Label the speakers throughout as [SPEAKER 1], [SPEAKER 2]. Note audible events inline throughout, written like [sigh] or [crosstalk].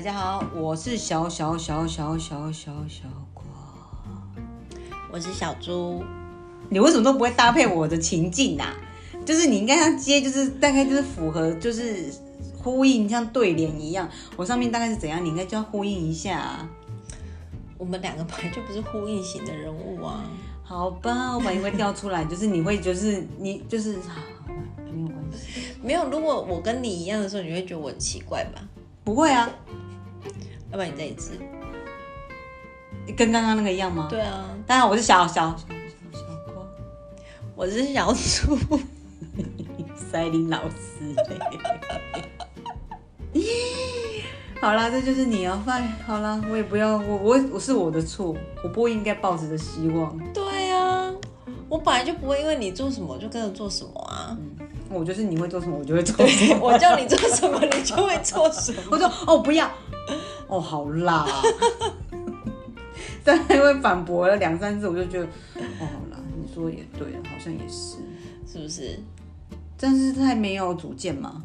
[SPEAKER 1] 家好，我是小小小小小小小瓜。
[SPEAKER 2] 我是小猪，
[SPEAKER 1] 你为什么都不会搭配我的情境啊？就是你应该要接，就是大概就是符合，就是呼应，像对联一样。我上面大概是怎样，你应该就要呼应一下、啊。
[SPEAKER 2] 我们两个本来就不是呼应型的人物啊。
[SPEAKER 1] 好吧，我把音会调出来，就是你会，就是你就是，啊好吧没有关系，
[SPEAKER 2] 没有，如果我跟你一样的时候，你会觉得我很奇怪吧？
[SPEAKER 1] 不会啊，
[SPEAKER 2] 要不然你再一次。
[SPEAKER 1] 跟刚刚那个一样吗？。
[SPEAKER 2] 对啊，
[SPEAKER 1] 当然我是小小小小小瓜，
[SPEAKER 2] [laughs] 我是小猪，
[SPEAKER 1] [laughs] 塞林老师嘞。好啦，这就是你哦。哎，好啦，我也不要，我我我是我的错，我不应该抱持着希望，
[SPEAKER 2] 对啊，我本来就不会因为你做什么就跟着做什么啊。
[SPEAKER 1] 我就是你会做什么，我就会做什么。
[SPEAKER 2] [laughs] 我叫你做什么，你就会做什么。
[SPEAKER 1] 我说哦，不要，哦，好辣。 [laughs] 但因为反驳了两三次，我就觉得哦，好啦，你说也对啊好像也是，
[SPEAKER 2] 是不是？
[SPEAKER 1] 但是太没有主见嘛。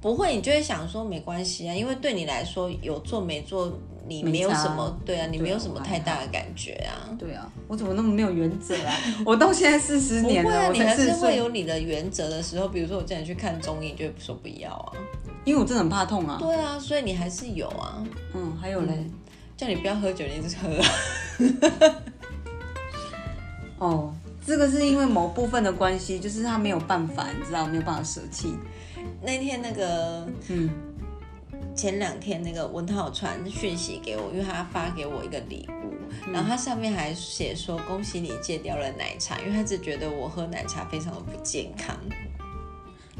[SPEAKER 2] 不会，你就会想说没关系啊，因为对你来说有做没做，你
[SPEAKER 1] 没
[SPEAKER 2] 没有
[SPEAKER 1] 差
[SPEAKER 2] 什么，对啊，你
[SPEAKER 1] 对
[SPEAKER 2] 没有
[SPEAKER 1] 我
[SPEAKER 2] 什么
[SPEAKER 1] 还
[SPEAKER 2] 太大的感觉啊。
[SPEAKER 1] 对啊，我怎么那么没有原则啊？我到现在四十年
[SPEAKER 2] 不
[SPEAKER 1] 了，
[SPEAKER 2] 会啊，
[SPEAKER 1] 我
[SPEAKER 2] 你
[SPEAKER 1] 才
[SPEAKER 2] 还
[SPEAKER 1] 四
[SPEAKER 2] 是
[SPEAKER 1] 十
[SPEAKER 2] 会
[SPEAKER 1] 岁，
[SPEAKER 2] 有你的原则的时候。比如说，我叫你去看中医，你就会说不要啊。
[SPEAKER 1] 因为我真的很怕痛啊。
[SPEAKER 2] 对啊，所以你还是有啊。
[SPEAKER 1] 嗯，还有嘞，
[SPEAKER 2] 叫你不要喝酒，你一直喝啊。 [laughs]
[SPEAKER 1] 哦，这个是因为某部分的关系，就是他没有办法，你知道，没有办法舍弃。
[SPEAKER 2] 那天那个
[SPEAKER 1] 嗯，
[SPEAKER 2] 前两天那个文浩传讯息给我，因为他发给我一个礼物，
[SPEAKER 1] 嗯
[SPEAKER 2] 然后他上面还写说恭喜你戒掉了奶茶，因为他只觉得我喝奶茶非常的不健康。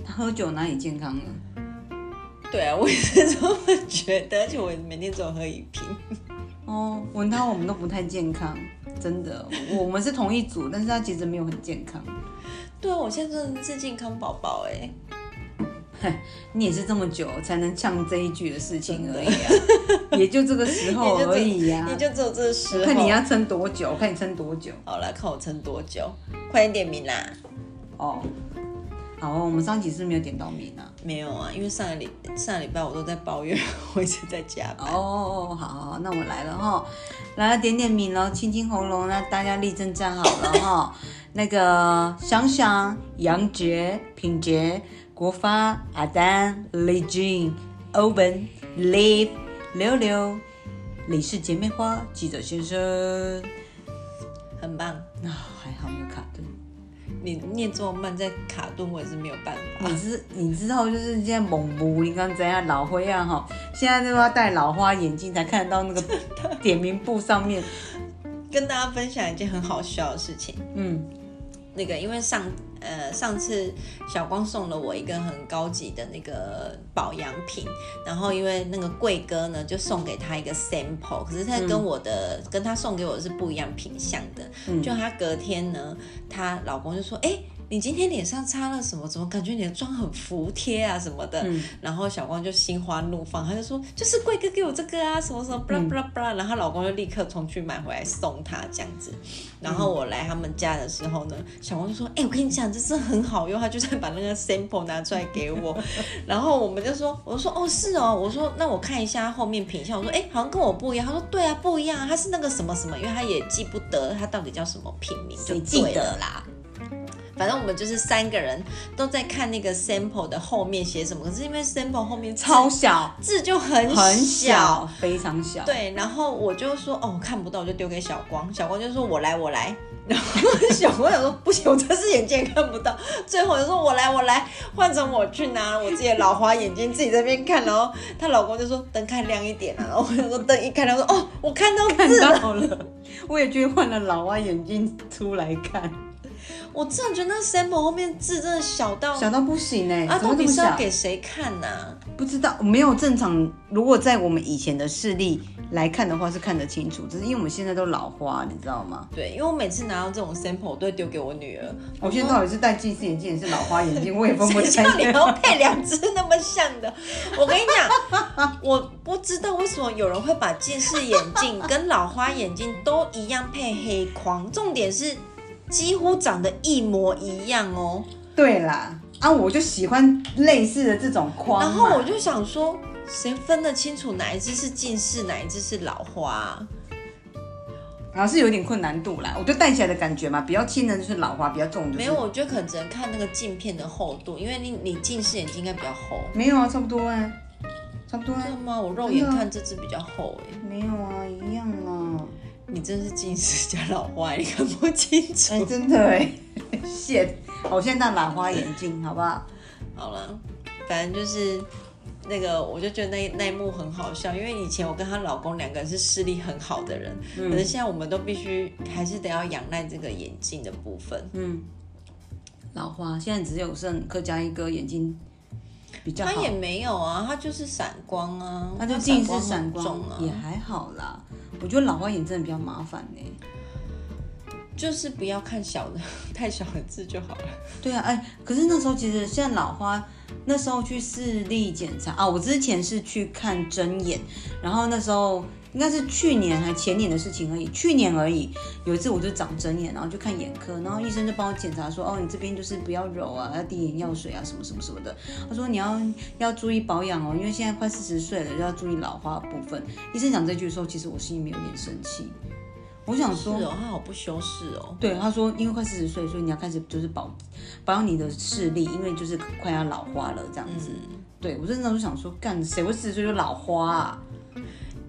[SPEAKER 1] 他喝酒哪里健康了？
[SPEAKER 2] 对啊，我也是这么觉得，而且我每天只有喝一瓶。
[SPEAKER 1] 哦，文涛我们都不太健康，真的，我我们是同一组，但是他其实没有很健康。
[SPEAKER 2] 对啊，我现在真的是健康宝宝哎，
[SPEAKER 1] 你也是这么久才能呛这一句的事情而已啊， [laughs] 也就这个时候
[SPEAKER 2] 你就
[SPEAKER 1] 哦而
[SPEAKER 2] 只
[SPEAKER 1] 已呀、
[SPEAKER 2] 你就只有这时候。
[SPEAKER 1] 看你要撑多久，看你撑多久。
[SPEAKER 2] 好了，看我撑多久，快点点名啦！
[SPEAKER 1] 哦，好哦，我们上集是不是没有点到名啊。
[SPEAKER 2] 没有啊，因为上个礼上个礼拜我都在抱怨， [laughs] 我一直在加班。
[SPEAKER 1] 哦，好好，好，那我来了哈，来了点点名喽，清清喉咙，那大家立正站好了哈。那个想想、杨杰、品杰、国发、阿丹、李俊、欧文、Live、刘刘、李氏姐妹花、记者先生。
[SPEAKER 2] 很棒。
[SPEAKER 1] 那、还好没有卡顿。
[SPEAKER 2] 你念这么慢，在卡顿我也是没有办法。
[SPEAKER 1] 你知你知道，就是现在猛模，你刚怎样老灰啊哈，现在都要戴老花眼镜才看得到那个点名簿上面。
[SPEAKER 2] 跟大家分享一件很好笑的事情，
[SPEAKER 1] 嗯，
[SPEAKER 2] 那个因为上呃上次小光送了我一个很高级的那个保养品，然后因为那个贵哥呢就送给他一个 sample，可是他跟我的、跟他送给我的是不一样品相的，就他隔天呢，她老公就说，哎、你今天脸上擦了什么？怎么感觉你的妆很服帖啊什么的？
[SPEAKER 1] 嗯
[SPEAKER 2] 然后小光就心花怒放，她就说就是贵哥给我这个啊，什么什么，巴拉
[SPEAKER 1] 嗯
[SPEAKER 2] 巴拉巴拉。然后她老公就立刻冲去买回来送她这样子。
[SPEAKER 1] 嗯
[SPEAKER 2] 然后我来他们家的时候呢，小光就说：“哎、我跟你讲，这真的很好用。”她就再把那个 sample 拿出来给我， [laughs] 然后我们就说：“我就说哦是哦，我说那我看一下后面品相。”我说：“哎、好像跟我不一样。”她说：“对啊，不一样啊，它是那个什么什么，因为她也记不得它到底叫什么品名，就
[SPEAKER 1] 谁记
[SPEAKER 2] 对了
[SPEAKER 1] 得啦？
[SPEAKER 2] 反正我们就是三个人都在看那个 sample 的后面写什么，可是因为 sample 后面字
[SPEAKER 1] 超小，
[SPEAKER 2] 字就很
[SPEAKER 1] 很小，非常小。，
[SPEAKER 2] 对，然后我就说哦我看不到，我就丢给小光，小光就说我来我来， [laughs] 然后小光想说不行，我这只眼睛也看不到，最后我就说我来我来，换成我去拿我自己的老花眼睛自己在那边看，然后她老公就说灯开亮一点啊，然后我就说灯一开亮，说哦我看到字了
[SPEAKER 1] 看，到了， [laughs] 我也去换了老花眼镜出来看，
[SPEAKER 2] 我真的觉得那 sample 后面字真的小到
[SPEAKER 1] 小到不行哎、
[SPEAKER 2] 啊，
[SPEAKER 1] 怎
[SPEAKER 2] 到
[SPEAKER 1] 么这
[SPEAKER 2] 底
[SPEAKER 1] 么
[SPEAKER 2] 是要
[SPEAKER 1] 小？
[SPEAKER 2] 给谁看呐、啊？
[SPEAKER 1] 不知道，没有正常。如果在我们以前的视力来看的话，是看得清楚，只是因为我们现在都老花，你知道吗？
[SPEAKER 2] 对，因为我每次拿到这种 sample 我都会丢给我女儿。
[SPEAKER 1] 我现在到底是戴近视眼镜还是老花眼镜，我也分不 [laughs]
[SPEAKER 2] 谁
[SPEAKER 1] 清
[SPEAKER 2] 叫。你要配两只那么像的？我跟你讲，我不知道为什么有人会把近视眼镜跟老花眼镜都一样配黑框，重点是几乎长得一模一样哦。
[SPEAKER 1] 对啦，啊，我就喜欢类似的这种框嘛。
[SPEAKER 2] 然后我就想说，谁分得清楚哪一只是近视，哪一只是老花啊、
[SPEAKER 1] 啊，是有点困难度啦。我就戴起来的感觉嘛，比较轻的就是老花，比较重就是
[SPEAKER 2] 没有，我觉得可能只能看那个镜片的厚度，因为你你近视眼睛应该比较厚。
[SPEAKER 1] 没有啊，差不多哎、差不多啊
[SPEAKER 2] 真的，吗？我肉眼看这只比较厚哎、
[SPEAKER 1] 没有啊，一样 [laughs] 啊。
[SPEAKER 2] 你真是近视加老花，你看不清楚。
[SPEAKER 1] 哎、真的哎、 [laughs] 谢，我现在戴老花眼镜，好不好？
[SPEAKER 2] 好了，反正就是那个，我就觉得那那一幕很好笑，因为以前我跟她老公两个人是视力很好的人，
[SPEAKER 1] 嗯
[SPEAKER 2] 可是现在我们都必须还是得要仰赖这个眼镜的部分。
[SPEAKER 1] 嗯，老花现在只有剩客家一哥眼睛比较
[SPEAKER 2] 他
[SPEAKER 1] 好
[SPEAKER 2] 也，没有啊，他就是闪光啊，
[SPEAKER 1] 那就近视
[SPEAKER 2] 闪
[SPEAKER 1] 闪
[SPEAKER 2] 光
[SPEAKER 1] 光
[SPEAKER 2] 很重啊，
[SPEAKER 1] 也还好啦。我觉得老花眼真的比较麻烦呢、
[SPEAKER 2] 就是不要看小的 [laughs] 太小的字就好了。
[SPEAKER 1] 对啊，哎，可是那时候其实现在老花，那时候去视力检查啊，我之前是去看针眼，然后那时候应该是去年还前年的事情而已，去年而已。有一次我就长针眼，然后就看眼科，然后医生就帮我检查说，哦，你这边就是不要揉啊，要滴眼药水啊，什么什么什么的。他说你要要注意保养哦，因为现在快四十岁了，要注意老花的部分。医生讲这句的时候，其实我心里面有点生气，我想
[SPEAKER 2] 是
[SPEAKER 1] 说，
[SPEAKER 2] 哦，他好不修饰哦。
[SPEAKER 1] 对，他说因为快四十岁，所以你要开始就是保保养你的视力，因为就是快要老花了这样子。
[SPEAKER 2] 嗯
[SPEAKER 1] 对我真的就想说，干谁会四十岁就老花啊？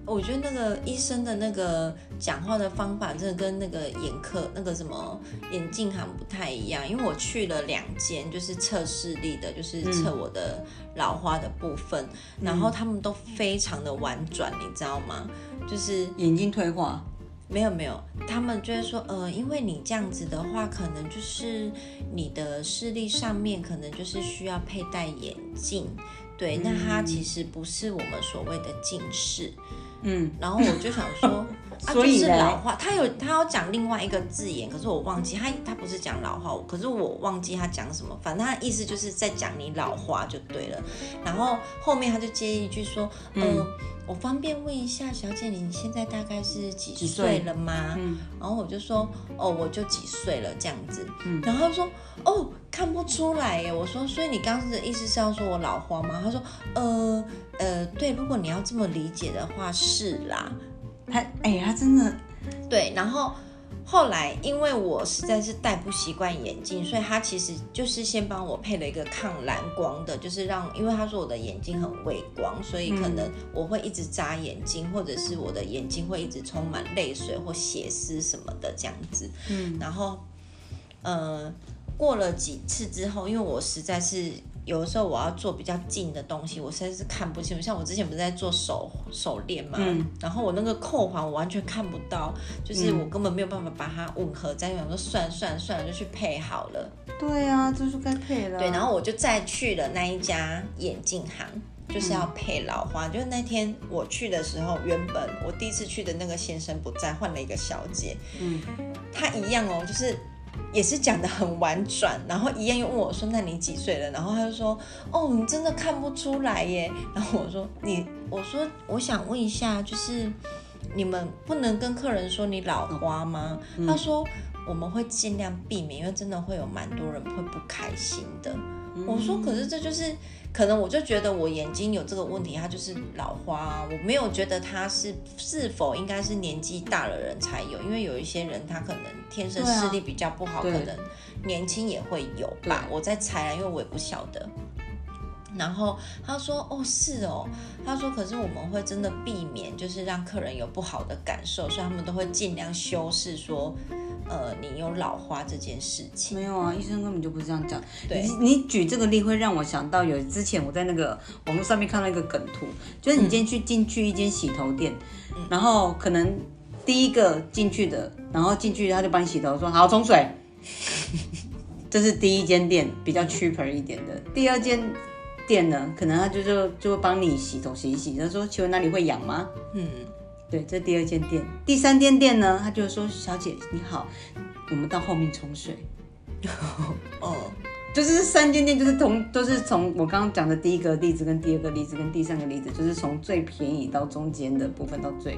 [SPEAKER 2] 我觉得那个医生的那个讲话的方法，真的跟那个眼科那个什么眼镜行不太一样。因为我去了两间，就是测视力的，就是测我的老花的部分，然后他们都非常的婉转，你知道吗？就是
[SPEAKER 1] 眼睛退化，
[SPEAKER 2] 没有没有，他们就会说，呃，因为你这样子的话，可能就是你的视力上面可能就是需要佩戴眼镜，对，那它其实不是我们所谓的近视。
[SPEAKER 1] 嗯，
[SPEAKER 2] 然后我就想说，啊，
[SPEAKER 1] 所以
[SPEAKER 2] 就是
[SPEAKER 1] 嘞
[SPEAKER 2] 老话，他有他要讲另外一个字眼，可是我忘记他他不是讲老话，可是我忘记他讲什么，反正他的意思就是在讲你老话就对了。然后后面他就接一句说，嗯、我方便问一下，小姐你现在大概是几
[SPEAKER 1] 几
[SPEAKER 2] 岁
[SPEAKER 1] 岁
[SPEAKER 2] 了吗？
[SPEAKER 1] 嗯
[SPEAKER 2] 然后我就说，哦，我就几岁了这样子。然后他说，哦，看不出来耶。我说，所以你刚刚的意思是要说我老花吗？他说，呃呃，对，如果你要这么理解的话，是啦。
[SPEAKER 1] 他哎、他真的
[SPEAKER 2] 对，然后后来因为我实在是戴不习惯眼镜，所以他其实就是先帮我配了一个抗蓝光的，就是让，因为他说我的眼睛很畏光，所以可能我会一直眨眼睛，或者是我的眼睛会一直充满泪水或血丝什么的这样子。嗯，然后，呃，过了几次之后，因为我实在是。有的时候我要做比较近的东西，我实在是看不清楚。像我之前不是在做手手链嘛，
[SPEAKER 1] 嗯
[SPEAKER 2] 然后我那个扣环我完全看不到，就是我根本没有办法把它吻合在一起。我说算了算了算了，就去配好了。
[SPEAKER 1] 对啊，这就该配了啊。
[SPEAKER 2] 对，然后我就再去了那一家眼镜行，就是要配老花。就是那天我去的时候，原本我第一次去的那个先生不在，换了一个小姐。
[SPEAKER 1] 嗯，
[SPEAKER 2] 他一样哦，就是。也是讲的很婉转，然后一样又问我说：“那你几岁了？”然后他就说：“哦，你真的看不出来耶。”然后我说：“你，我说我想问一下，就是你们不能跟客人说你老花吗？”他说：“我们会尽量避免，因为真的会有蛮多人会不开心的。”我说，可是这就是可能，我就觉得我眼睛有这个问题，它就是老花、啊，我没有觉得它是是否应该是年纪大了人才有，因为有一些人他可能天生
[SPEAKER 1] 对啊
[SPEAKER 2] 视力比较不好，可
[SPEAKER 1] 对
[SPEAKER 2] 能年轻也会有吧，我在猜啊，因为我也不晓得。然后他说：“哦，是哦。”他说：“可是我们会真的避免，就是让客人有不好的感受，所以他们都会尽量修饰说，呃，你有老花这件事情。”
[SPEAKER 1] 没有啊，医生根本就不是这样讲。
[SPEAKER 2] 对
[SPEAKER 1] 你你举这个例会让我想到有之前我在那个网络上面看到一个梗图，就是你今天去进去一间洗头店，然后可能第一个进去的，然后进去他就帮你洗头，说好冲水。 [laughs] 这是第一间店比较 cheaper 一点的，第二间店呢，可能他就就就会帮你洗头洗一洗，他说请问那里会痒吗？
[SPEAKER 2] 嗯，
[SPEAKER 1] 对，这第二间店，第三间店呢，他就说小姐你好，我们到后面冲水。
[SPEAKER 2] 哦。
[SPEAKER 1] 就是三间店，就是从都、是从我刚刚讲的第一个例子、跟第二个例子、跟第三个例子，就是从最便宜到中间的部分到最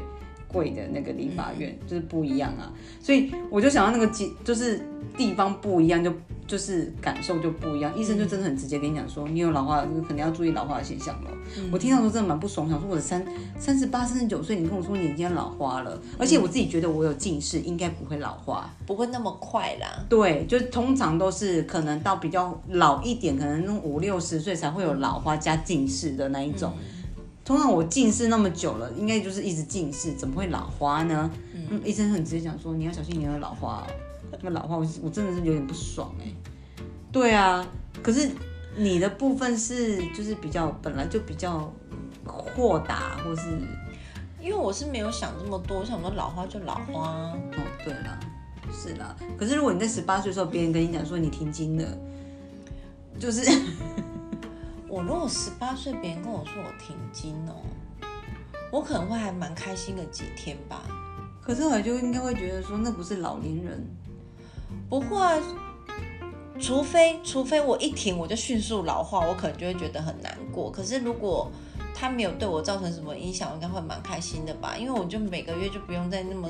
[SPEAKER 1] 贵的那个理发院，就是不一样啊。所以我就想到那个几就是地方不一样，就就是感受就不一样。医生就真的很直接跟你讲说，你有老化，可能要注意老化的现象了。我听到说真的蛮不爽，想说我的三三十八、三十九岁，你跟我说你已经老化了，而且我自己觉得我有近视，应该不会老化。
[SPEAKER 2] 不会那么快啦。
[SPEAKER 1] 对，就是通常都是可能到比较老一点，可能五六十岁才会有老花加近视的那一种。通常我近视那么久了，应该就是一直近视，怎么会老花呢？嗯，医生很直接讲说，你要小心你会老花、哦。那老花我是我真的是有点不爽哎、对啊，可是你的部分是就是比较本来就比较豁达，或是
[SPEAKER 2] 因为我是没有想这么多，我想说老花就老花啊，
[SPEAKER 1] 哦，对啦，是啦。可是如果你在十八岁的时候，别人跟你讲说你停经了，就是
[SPEAKER 2] 我如果十八岁，别人跟我说我停经哦，我可能会还蛮开心的几天吧。
[SPEAKER 1] 可是我就应该会觉得说，那不是老年人，
[SPEAKER 2] 不会啊，除非除非我一停我就迅速老化，我可能就会觉得很难过。可是如果他没有对我造成什么影响，我应该会蛮开心的吧？因为我就每个月就不用再那么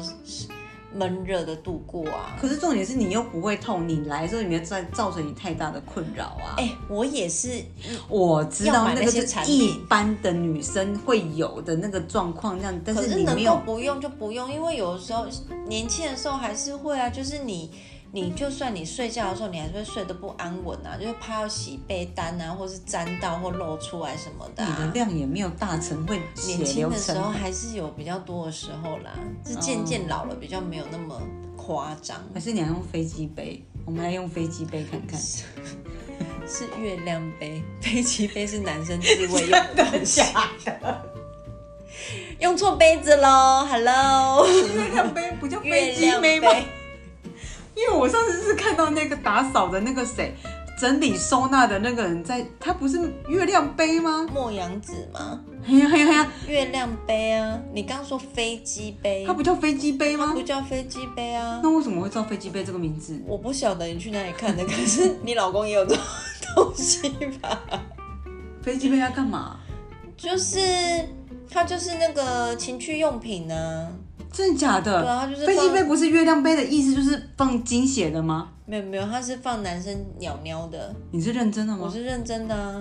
[SPEAKER 2] 闷热的度过啊。
[SPEAKER 1] 可是重点是你又不会痛，你来的时候也没有造造成你太大的困扰啊。
[SPEAKER 2] 哎、我也是，
[SPEAKER 1] 我知道
[SPEAKER 2] 要买
[SPEAKER 1] 那
[SPEAKER 2] 那
[SPEAKER 1] 个
[SPEAKER 2] 些
[SPEAKER 1] 是
[SPEAKER 2] 产品
[SPEAKER 1] 一般的女生会有的那个状况，这样，但
[SPEAKER 2] 可
[SPEAKER 1] 是
[SPEAKER 2] 是
[SPEAKER 1] 你
[SPEAKER 2] 能
[SPEAKER 1] 没
[SPEAKER 2] 够
[SPEAKER 1] 有
[SPEAKER 2] 不用就不用，因为有的时候年轻的时候还是会啊，就是你你就算你睡觉的时候，你还是会睡得不安稳啊，就是怕要洗被单啊，或是沾到或露出来什么的、
[SPEAKER 1] 你的
[SPEAKER 2] 啊。
[SPEAKER 1] 量也没有大成会血
[SPEAKER 2] 年轻
[SPEAKER 1] 流
[SPEAKER 2] 的时
[SPEAKER 1] 成嗯
[SPEAKER 2] 候还是有比较多的时候啦，是渐渐老了比较没有那么夸张，
[SPEAKER 1] 还是你要用飞机杯？我们来用飞机杯看看。
[SPEAKER 2] 是月亮杯，飞机杯是男生自慰用
[SPEAKER 1] [laughs]
[SPEAKER 2] 的东西，用错杯子喽，Hello，
[SPEAKER 1] [laughs] 月亮杯不叫 [laughs]
[SPEAKER 2] 月
[SPEAKER 1] 飞机
[SPEAKER 2] 亮
[SPEAKER 1] 杯
[SPEAKER 2] 杯
[SPEAKER 1] 吗？因为我上次是看到那个打扫的那个谁，整理收纳的那个人在，他不是月亮杯吗？
[SPEAKER 2] 莫阳子吗？
[SPEAKER 1] 嘿哎呀嘿呀嘿呀，
[SPEAKER 2] 月亮杯啊，你刚说飞机杯
[SPEAKER 1] 他，不叫飞机杯吗
[SPEAKER 2] 不？叫飞机杯啊。
[SPEAKER 1] 那为什么会叫飞机杯这个名字？
[SPEAKER 2] 我不晓得你去哪里看的，可 [laughs] 是你老公也有这种 [laughs] 东西吧？
[SPEAKER 1] 飞机杯要干
[SPEAKER 2] [laughs]
[SPEAKER 1] 嘛？
[SPEAKER 2] 就是它就是那个情趣用品呢、啊，
[SPEAKER 1] 真的假的？
[SPEAKER 2] 对啊它就是
[SPEAKER 1] 飞机
[SPEAKER 2] 放
[SPEAKER 1] 杯不是月亮杯的意思，就是放精血的吗？
[SPEAKER 2] 没有没有，它是放男生鸟鸟的，
[SPEAKER 1] 你是认真的
[SPEAKER 2] 我
[SPEAKER 1] 吗？
[SPEAKER 2] 是认真的啊，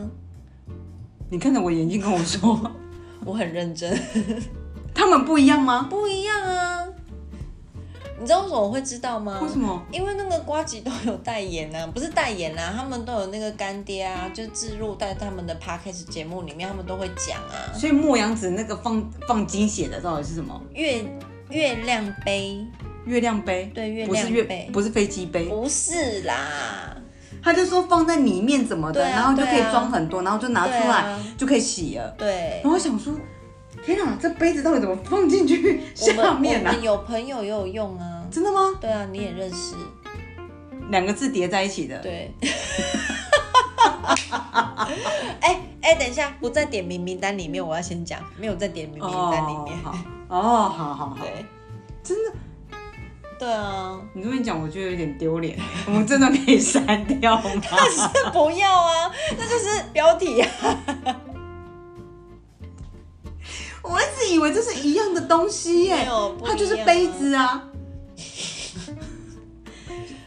[SPEAKER 1] 你看着我眼睛跟我说， [laughs]
[SPEAKER 2] 我很认真， [laughs]
[SPEAKER 1] 他们不一样吗？
[SPEAKER 2] 不一样啊。你知道为什么我会知道吗？
[SPEAKER 1] 为什么？
[SPEAKER 2] 因为那个瓜吉都有代言啊，不是代言啦、他们都有那个干爹啊，就置入在他们的 podcast 节目里面，他们都会讲啊。
[SPEAKER 1] 所以莫阳子那个放放精血的到底是什么？
[SPEAKER 2] 月月亮杯
[SPEAKER 1] 月亮杯？
[SPEAKER 2] 对月
[SPEAKER 1] 不是
[SPEAKER 2] 亮
[SPEAKER 1] 月
[SPEAKER 2] 杯
[SPEAKER 1] 不是飞机杯，
[SPEAKER 2] 不是啦，
[SPEAKER 1] 他就说放在里面怎么的，
[SPEAKER 2] 对啊
[SPEAKER 1] 然后就可以
[SPEAKER 2] 对啊
[SPEAKER 1] 装很多，然后就拿出来、
[SPEAKER 2] 对啊
[SPEAKER 1] 就可以洗了。
[SPEAKER 2] 对
[SPEAKER 1] 然。后我想说，天哪，这杯子到底怎么放进去
[SPEAKER 2] 我们
[SPEAKER 1] 下面
[SPEAKER 2] 我
[SPEAKER 1] 啊
[SPEAKER 2] 们？有朋友也有用啊，
[SPEAKER 1] 真的吗？
[SPEAKER 2] 对啊，你也认识，
[SPEAKER 1] 两个字叠在一起的。
[SPEAKER 2] 对。 [laughs] 哎哎、等一下，不在点名名单里面，我要先讲，没有在点名名单里面。
[SPEAKER 1] 哦好，哦，好好好，
[SPEAKER 2] 对
[SPEAKER 1] 真的，
[SPEAKER 2] 对啊，
[SPEAKER 1] 你这么一讲，我觉得有点丢脸。我们真的可以删掉
[SPEAKER 2] [laughs]
[SPEAKER 1] 吗？
[SPEAKER 2] 不要啊，那就是标题啊。 [laughs]
[SPEAKER 1] 我一直以为这是一样的东西耶
[SPEAKER 2] 没有不一，样
[SPEAKER 1] 它就是杯子啊。 [laughs]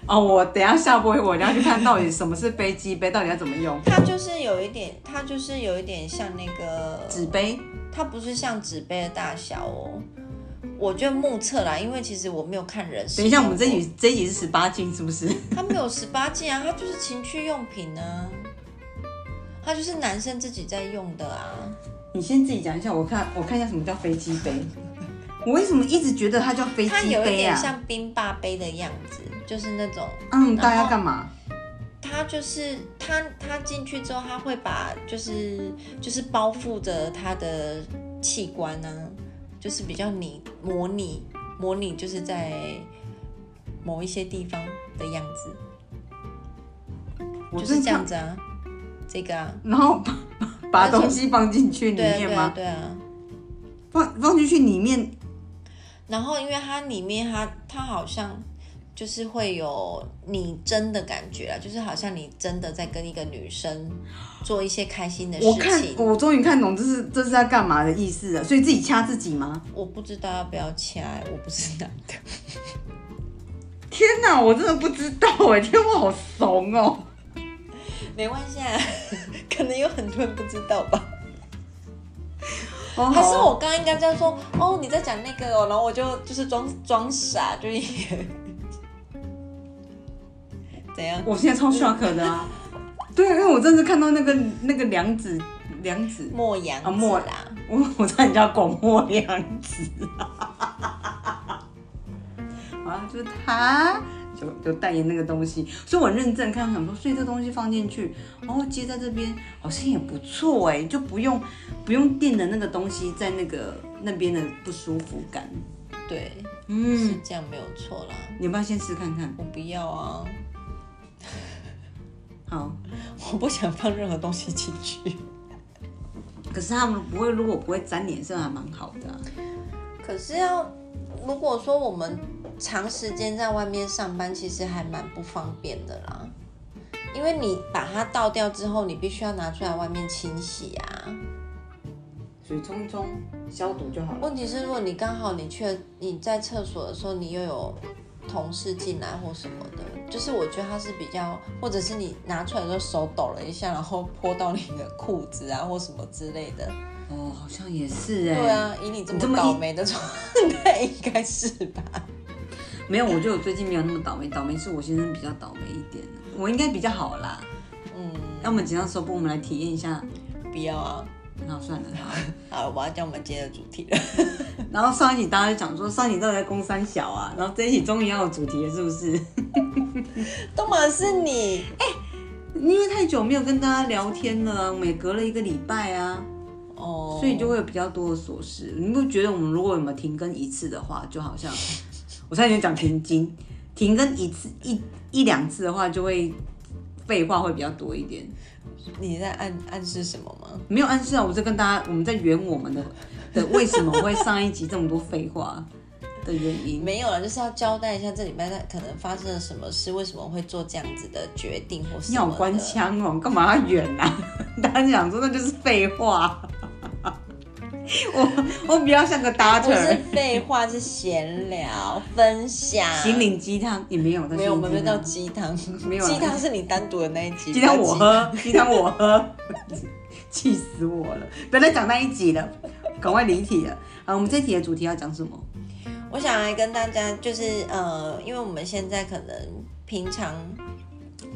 [SPEAKER 1] 哦，我等一下下播，我一定要去看到底什么是飞机杯，到底要怎么用。
[SPEAKER 2] 它就是有一点，它就是有一点像那个
[SPEAKER 1] 纸杯，
[SPEAKER 2] 它不是像纸杯的大小哦。我就目测啦，因为其实我没有看人。
[SPEAKER 1] 等一下我们这一集这一集是十八禁是不是？
[SPEAKER 2] 它没有十八禁啊，它就是情趣用品啊，它就是男生自己在用的啊。
[SPEAKER 1] 你先自己讲一下，我看我看一下什么叫飞机杯。我为什么一直觉得它叫飞
[SPEAKER 2] 它
[SPEAKER 1] 机啊
[SPEAKER 2] 有一
[SPEAKER 1] 杯
[SPEAKER 2] 点
[SPEAKER 1] 啊？
[SPEAKER 2] 像冰霸杯的样子，就是那种，
[SPEAKER 1] 嗯，
[SPEAKER 2] 然后
[SPEAKER 1] 大家干嘛？
[SPEAKER 2] 它就是它它进去之后，它会把就是就是包覆着它的器官呢、就是比较拟模拟模拟就是在某一些地方的样子，
[SPEAKER 1] 我
[SPEAKER 2] 就
[SPEAKER 1] 真
[SPEAKER 2] 是这
[SPEAKER 1] 的看
[SPEAKER 2] 样子啊，这个啊，
[SPEAKER 1] 然后把把把东西放进去里
[SPEAKER 2] 对啊
[SPEAKER 1] 面
[SPEAKER 2] 对啊
[SPEAKER 1] 吗？
[SPEAKER 2] 对啊。
[SPEAKER 1] 放放进去里面，
[SPEAKER 2] 然后因为它里面它它好像就是会有拟真的感觉啊，就是好像你真的在跟一个女生做一些开心的事
[SPEAKER 1] 我看
[SPEAKER 2] 情。我
[SPEAKER 1] 我终于看懂这是这是在干嘛的意思了，所以自己掐自己吗？
[SPEAKER 2] 不知道要不要掐、我不是男的，
[SPEAKER 1] 天哪，我真的不知道哎， [laughs] 天，我好怂哦。
[SPEAKER 2] 没关系啊， [laughs] 可能有很多人不知道吧。
[SPEAKER 1] 哦
[SPEAKER 2] 还是我刚刚应该这样说哦，你在讲那个哦，然后我就就是装装傻，就是怎样？
[SPEAKER 1] 我现在超 shock 的啊！对，因为我真的看到那个那个梁子梁子，
[SPEAKER 2] 莫阳
[SPEAKER 1] 啊莫
[SPEAKER 2] 子啦，
[SPEAKER 1] [laughs] 我我差点叫广末凉子啊！啊，就是他就就代言那个东西，所以我很认真看，想说，所以这东西放进去，然后接在这边，好像也不错哎，就不用不用垫的那个东西在那个那边的不舒服感。
[SPEAKER 2] 对，
[SPEAKER 1] 嗯，
[SPEAKER 2] 是这样没有错啦。
[SPEAKER 1] 你要不要先试看看？
[SPEAKER 2] 我不要啊，
[SPEAKER 1] 好，
[SPEAKER 2] 我不想放任何东西进去。
[SPEAKER 1] 可是他们不会，如果不会沾脸色，还蛮好的啊、
[SPEAKER 2] 可是要如果说我们长时间在外面上班，其实还蛮不方便的啦。因为你把它倒掉之后，你必须要拿出来外面清洗啊。
[SPEAKER 1] 水冲冲消毒就好了。
[SPEAKER 2] 问题是，如果你刚好你去了你在厕所的时候，你又有同事进来或什么的，就是我觉得它是比较，或者是你拿出来的时候手抖了一下，然后泼到你的裤子啊或什么之类的。
[SPEAKER 1] 哦，好像也是哎、
[SPEAKER 2] 对，啊，以你这
[SPEAKER 1] 你这么
[SPEAKER 2] 么
[SPEAKER 1] 一
[SPEAKER 2] 倒霉的状 [laughs] 态，应该是吧？
[SPEAKER 1] 没有，我觉得我最近没有那么倒霉，倒霉是我先生比较倒霉一点，我应该比较好啦。
[SPEAKER 2] 嗯，
[SPEAKER 1] 那我们紧张收播，我们来体验一下。
[SPEAKER 2] 不要啊。
[SPEAKER 1] 那算了，好。
[SPEAKER 2] 好，我要叫我们今天的主题了。
[SPEAKER 1] 然后上一集大家就讲说上一集到底在攻三小啊，然后这一集终于要有主题了，是不是？ [laughs]
[SPEAKER 2] 都嘛是你，
[SPEAKER 1] 因为太久没有跟大家聊天了，我们也隔了一个礼拜啊，
[SPEAKER 2] 哦，
[SPEAKER 1] 所以就会有比较多的琐事。你不觉得我们如果有没有停更一次的话，就好像我差点讲停经，停更一次一一两次的话，就会废话会比较多一点。
[SPEAKER 2] 你在暗暗示什么吗？
[SPEAKER 1] 没有暗示啊，我在跟大家，我们在圆我们的的为什么会上一集这么多废话的原因。
[SPEAKER 2] 没有了，就是要交代一下这礼拜在可能发生了什么事，为什么会做这样子的决定或什么的。
[SPEAKER 1] 你好官腔哦，干嘛要远啊？大家讲说那就是废话。我我比较像啊个
[SPEAKER 2] 不是
[SPEAKER 1] doctor，
[SPEAKER 2] 废话，是闲聊分享。
[SPEAKER 1] 心灵鸡汤也没有，但
[SPEAKER 2] 没有，我们
[SPEAKER 1] 心
[SPEAKER 2] 没
[SPEAKER 1] 灵
[SPEAKER 2] 有
[SPEAKER 1] 鸡汤
[SPEAKER 2] 到鸡汤，
[SPEAKER 1] 没有啊
[SPEAKER 2] 鸡汤是你单独的那一集。
[SPEAKER 1] 鸡汤
[SPEAKER 2] 不
[SPEAKER 1] 我
[SPEAKER 2] 要
[SPEAKER 1] 喝，鸡汤我喝，气死我了！不要再讲那一集了，赶快离题了。啊，我们这题的主题要讲什么？
[SPEAKER 2] 我想来跟大家就是呃，因为我们现在可能平常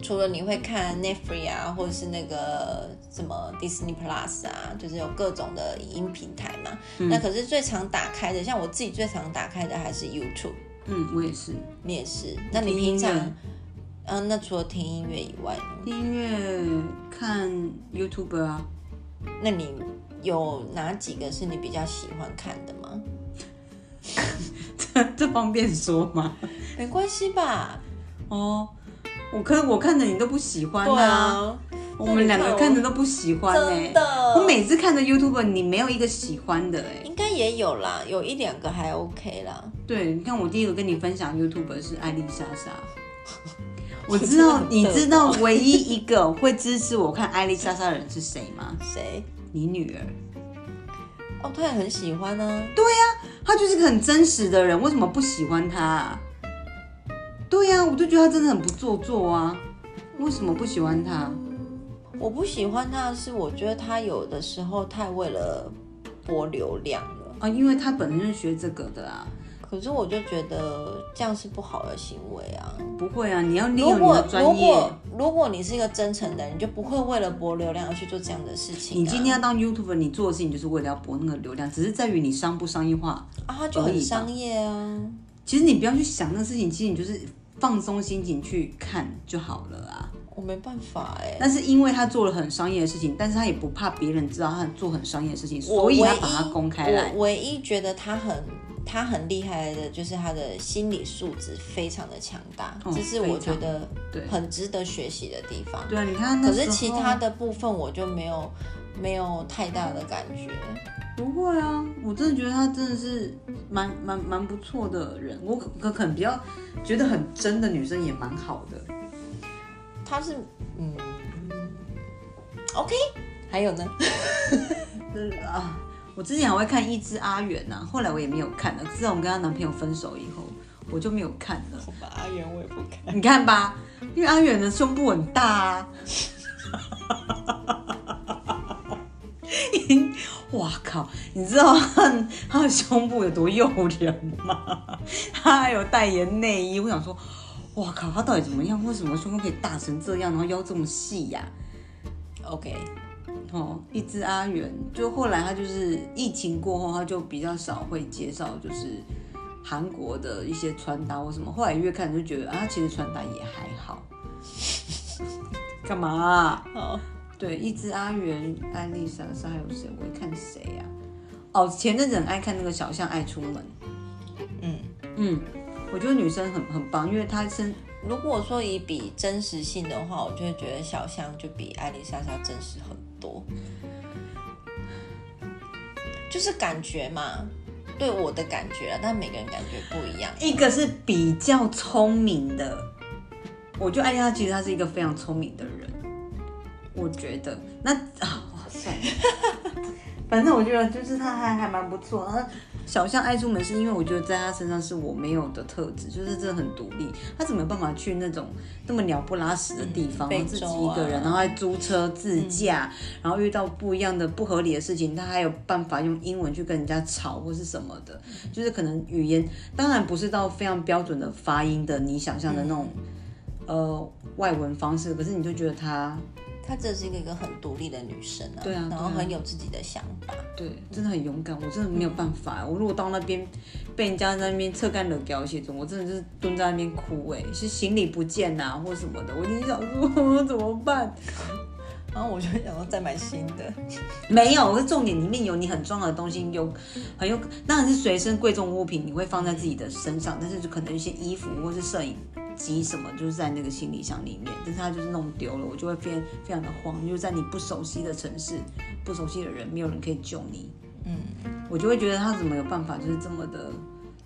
[SPEAKER 2] 除了你会看 Netflix 啊，或者是那个什么 Disney Plus 啊，就是有各种的影音平台嘛。
[SPEAKER 1] 嗯
[SPEAKER 2] 那可是最常打开的，像我自己最常打开的还是 YouTube，
[SPEAKER 1] 嗯，我也是。
[SPEAKER 2] 你也是。那你
[SPEAKER 1] 听
[SPEAKER 2] 平
[SPEAKER 1] 音
[SPEAKER 2] 常
[SPEAKER 1] 乐
[SPEAKER 2] 嗯、呃那除了听音乐以外呢，
[SPEAKER 1] 听音乐看 YouTube 啊，
[SPEAKER 2] 那你有哪几个是你比较喜欢看的吗？
[SPEAKER 1] 这 [laughs] 这方便说吗？
[SPEAKER 2] 没关系吧？
[SPEAKER 1] 哦，我看我看着你都不喜欢
[SPEAKER 2] 对
[SPEAKER 1] 啊，
[SPEAKER 2] 啊，
[SPEAKER 1] 我们两个看着欸都不喜欢呢、
[SPEAKER 2] 真的。
[SPEAKER 1] 我每次看着 YouTube，你没有一个喜欢的哎、
[SPEAKER 2] 应该也有啦，有一两个还 OK 啦。
[SPEAKER 1] 对，你看我第一个跟你分享 YouTube 是艾丽莎
[SPEAKER 2] [laughs]
[SPEAKER 1] 莎，我知道你知道唯一一个会支持我看艾丽莎莎的人是谁吗？
[SPEAKER 2] 谁？
[SPEAKER 1] 你女儿，
[SPEAKER 2] 哦，他也很喜欢呢、啊。
[SPEAKER 1] 她就是个很真实的人，为什么不喜欢她、啊？对啊呀、我就觉得她真的很不做作啊，为什么不喜欢她？
[SPEAKER 2] 我不喜欢他的是，我觉得他有的时候太为了博流量了。
[SPEAKER 1] 啊，因为她本身就是学这个的啊。
[SPEAKER 2] 可是我就觉得这样是不好的行为啊！
[SPEAKER 1] 不会啊，你要利
[SPEAKER 2] 如
[SPEAKER 1] 用你
[SPEAKER 2] 果
[SPEAKER 1] 的
[SPEAKER 2] 如
[SPEAKER 1] 专业
[SPEAKER 2] 果。如果你是一个真诚的人，你就不会为了博流量而去做这样的事情、啊。
[SPEAKER 1] 你今天要当 YouTuber，你做的事情就是为了要博那个流量，只是在于你商不商业化。
[SPEAKER 2] 啊，他就
[SPEAKER 1] 而已
[SPEAKER 2] 很
[SPEAKER 1] 吧
[SPEAKER 2] 商业啊。
[SPEAKER 1] 其实你不要去想那个事情，其实你就是放松心情去看就好了啊。
[SPEAKER 2] 我没办法哎、
[SPEAKER 1] 但是因为他做了很商业的事情，但是他也不怕别人知道他做很商业的事情，所以
[SPEAKER 2] 我
[SPEAKER 1] 他
[SPEAKER 2] 唯一
[SPEAKER 1] 把它公开来。
[SPEAKER 2] 我唯一觉得他很他很厉害的，就是他的心理素质非常的强大，
[SPEAKER 1] 嗯
[SPEAKER 2] 这是我
[SPEAKER 1] 非
[SPEAKER 2] 觉
[SPEAKER 1] 常
[SPEAKER 2] 得
[SPEAKER 1] 对
[SPEAKER 2] 很值得学习的地方。
[SPEAKER 1] 对啊，你看那
[SPEAKER 2] 可
[SPEAKER 1] 时候，
[SPEAKER 2] 是其他的部分我就没有没有太大的感觉。
[SPEAKER 1] 不会啊，我真的觉得他真的是蛮蛮蛮不错的人。我可可可能比较觉得很真的女生也蛮好的。
[SPEAKER 2] 他是嗯，OK，还有呢？
[SPEAKER 1] 就是啊，我之前还会看一只阿远呐、后来我也没有看了。自从跟她男朋友分手以后，我就没有看了。
[SPEAKER 2] 好吧， [laughs] 阿元我也不看。
[SPEAKER 1] 你看吧，因为阿远的胸部很大啊。 [laughs] 哇靠！你知道他他的胸部有多诱人吗？ [laughs] 他还有代言内衣，我想说，哇靠，他到底怎么样？为什么胸部可以大成这样，然后腰这么细呀、
[SPEAKER 2] OK，
[SPEAKER 1] 哦，一只阿元，就后来他就是疫情过后，他就比较少会介绍就是韩国的一些穿搭或什么。后来越看就觉得啊，其实穿搭也还好。 [laughs] 干嘛啊、
[SPEAKER 2] 好，
[SPEAKER 1] 对，一只阿元、安丽莎莎还有谁？我会看谁呀、哦，前阵子很爱看那个小象爱出门。
[SPEAKER 2] 嗯，
[SPEAKER 1] 嗯，我觉得女生很很棒，因为她身
[SPEAKER 2] 如果说以比真实性的话，我就会觉得小象就比艾丽莎莎真实很多，就是感觉嘛，对我的感觉啊，但每个人感觉不一样。
[SPEAKER 1] 一个是比较聪明的，我觉得艾丽莎其实她是一个非常聪明的人，我觉得那啊，哇塞， [laughs] 反正我觉得就是她还还蛮不错。然后小象爱出门是因为我觉得在她身上是我没有的特质，就是真的很独立，她怎么有办法去那种那么鸟不拉屎的地方，
[SPEAKER 2] 嗯非
[SPEAKER 1] 自己
[SPEAKER 2] 洲
[SPEAKER 1] 一个人，
[SPEAKER 2] 啊嗯
[SPEAKER 1] 然后还租车自驾，然后遇到不一样的不合理的事情，她还有办法用英文去跟人家吵或是什么的，
[SPEAKER 2] 嗯
[SPEAKER 1] 就是可能语言当然不是到非常标准的发音的你想象的那种、
[SPEAKER 2] 嗯
[SPEAKER 1] 呃外文方式，可是你就觉得她
[SPEAKER 2] 她这是一个一个很独立的女生啊，
[SPEAKER 1] 对啊
[SPEAKER 2] 然后
[SPEAKER 1] 对啊
[SPEAKER 2] 很有自己的想法。
[SPEAKER 1] 对真的很勇敢，我真的没有办法，我如果到那边被人家在那边侧干冷掉血中，我真的就是蹲在那边哭哎、是行李不见呐、或什么的，我一定想说 [laughs] 我怎么办？
[SPEAKER 2] 然后我就会想要再买新的， [laughs]
[SPEAKER 1] 没有，我是重点里面有你很重要的东西，有很有当然是随身贵重物品，你会放在自己的身上，但是就可能一些衣服或是摄影机什么，就是在那个行李箱里面，但是它就是弄丢了，我就会非非常的慌，就是在你不熟悉的城市、不熟悉的人，没有人可以救你，
[SPEAKER 2] 嗯，
[SPEAKER 1] 我就会觉得他怎么有办法就是这么的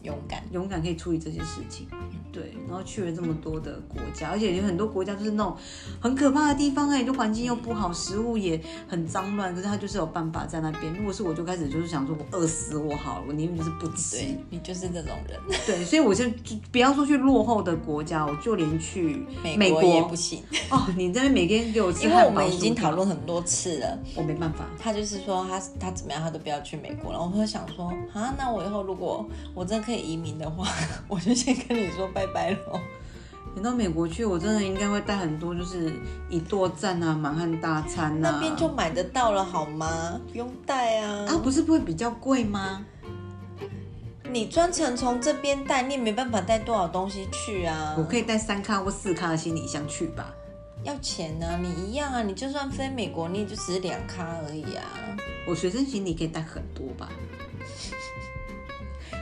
[SPEAKER 2] 勇敢。
[SPEAKER 1] 勇敢可以处理这些事情。
[SPEAKER 2] 嗯
[SPEAKER 1] 对，然后去了这么多的国家，而且有很多国家就是那种很可怕的地方哎、就环境又不好，食物也很脏乱，可是他就是有办法在那边。如果是我，就开始就是想说，我饿死我好了，我宁愿就是不吃。
[SPEAKER 2] 对你就是这种人，
[SPEAKER 1] 对，所以我就就不要说去落后的国家，我就连去
[SPEAKER 2] 美国也不行，
[SPEAKER 1] 哦，你这边每天给我吃
[SPEAKER 2] 因为
[SPEAKER 1] 汉堡，
[SPEAKER 2] 我们已经讨，论很多次了。
[SPEAKER 1] 我没办法。
[SPEAKER 2] 他就是说他他怎么样，他都不要去美国了。然后我就想说，啊，那我以后如果我真的可以移民的话， [laughs] 我就先跟你说拜拜喽。
[SPEAKER 1] 你到美国去，我真的应该会带很多，就是一剁赞啊，满汉大餐呐、啊。
[SPEAKER 2] 那边就买得到了好吗？不用带啊。
[SPEAKER 1] 啊，不是会比较贵吗？
[SPEAKER 2] 你专程从这边带，你也没办法带多少东西去啊。
[SPEAKER 1] 我可以带三卡或四卡的行李箱去吧。
[SPEAKER 2] 要钱啊，你一样啊，你就算飞美国，你也就只是两咖而已啊，
[SPEAKER 1] 我随身行李可以带很多吧？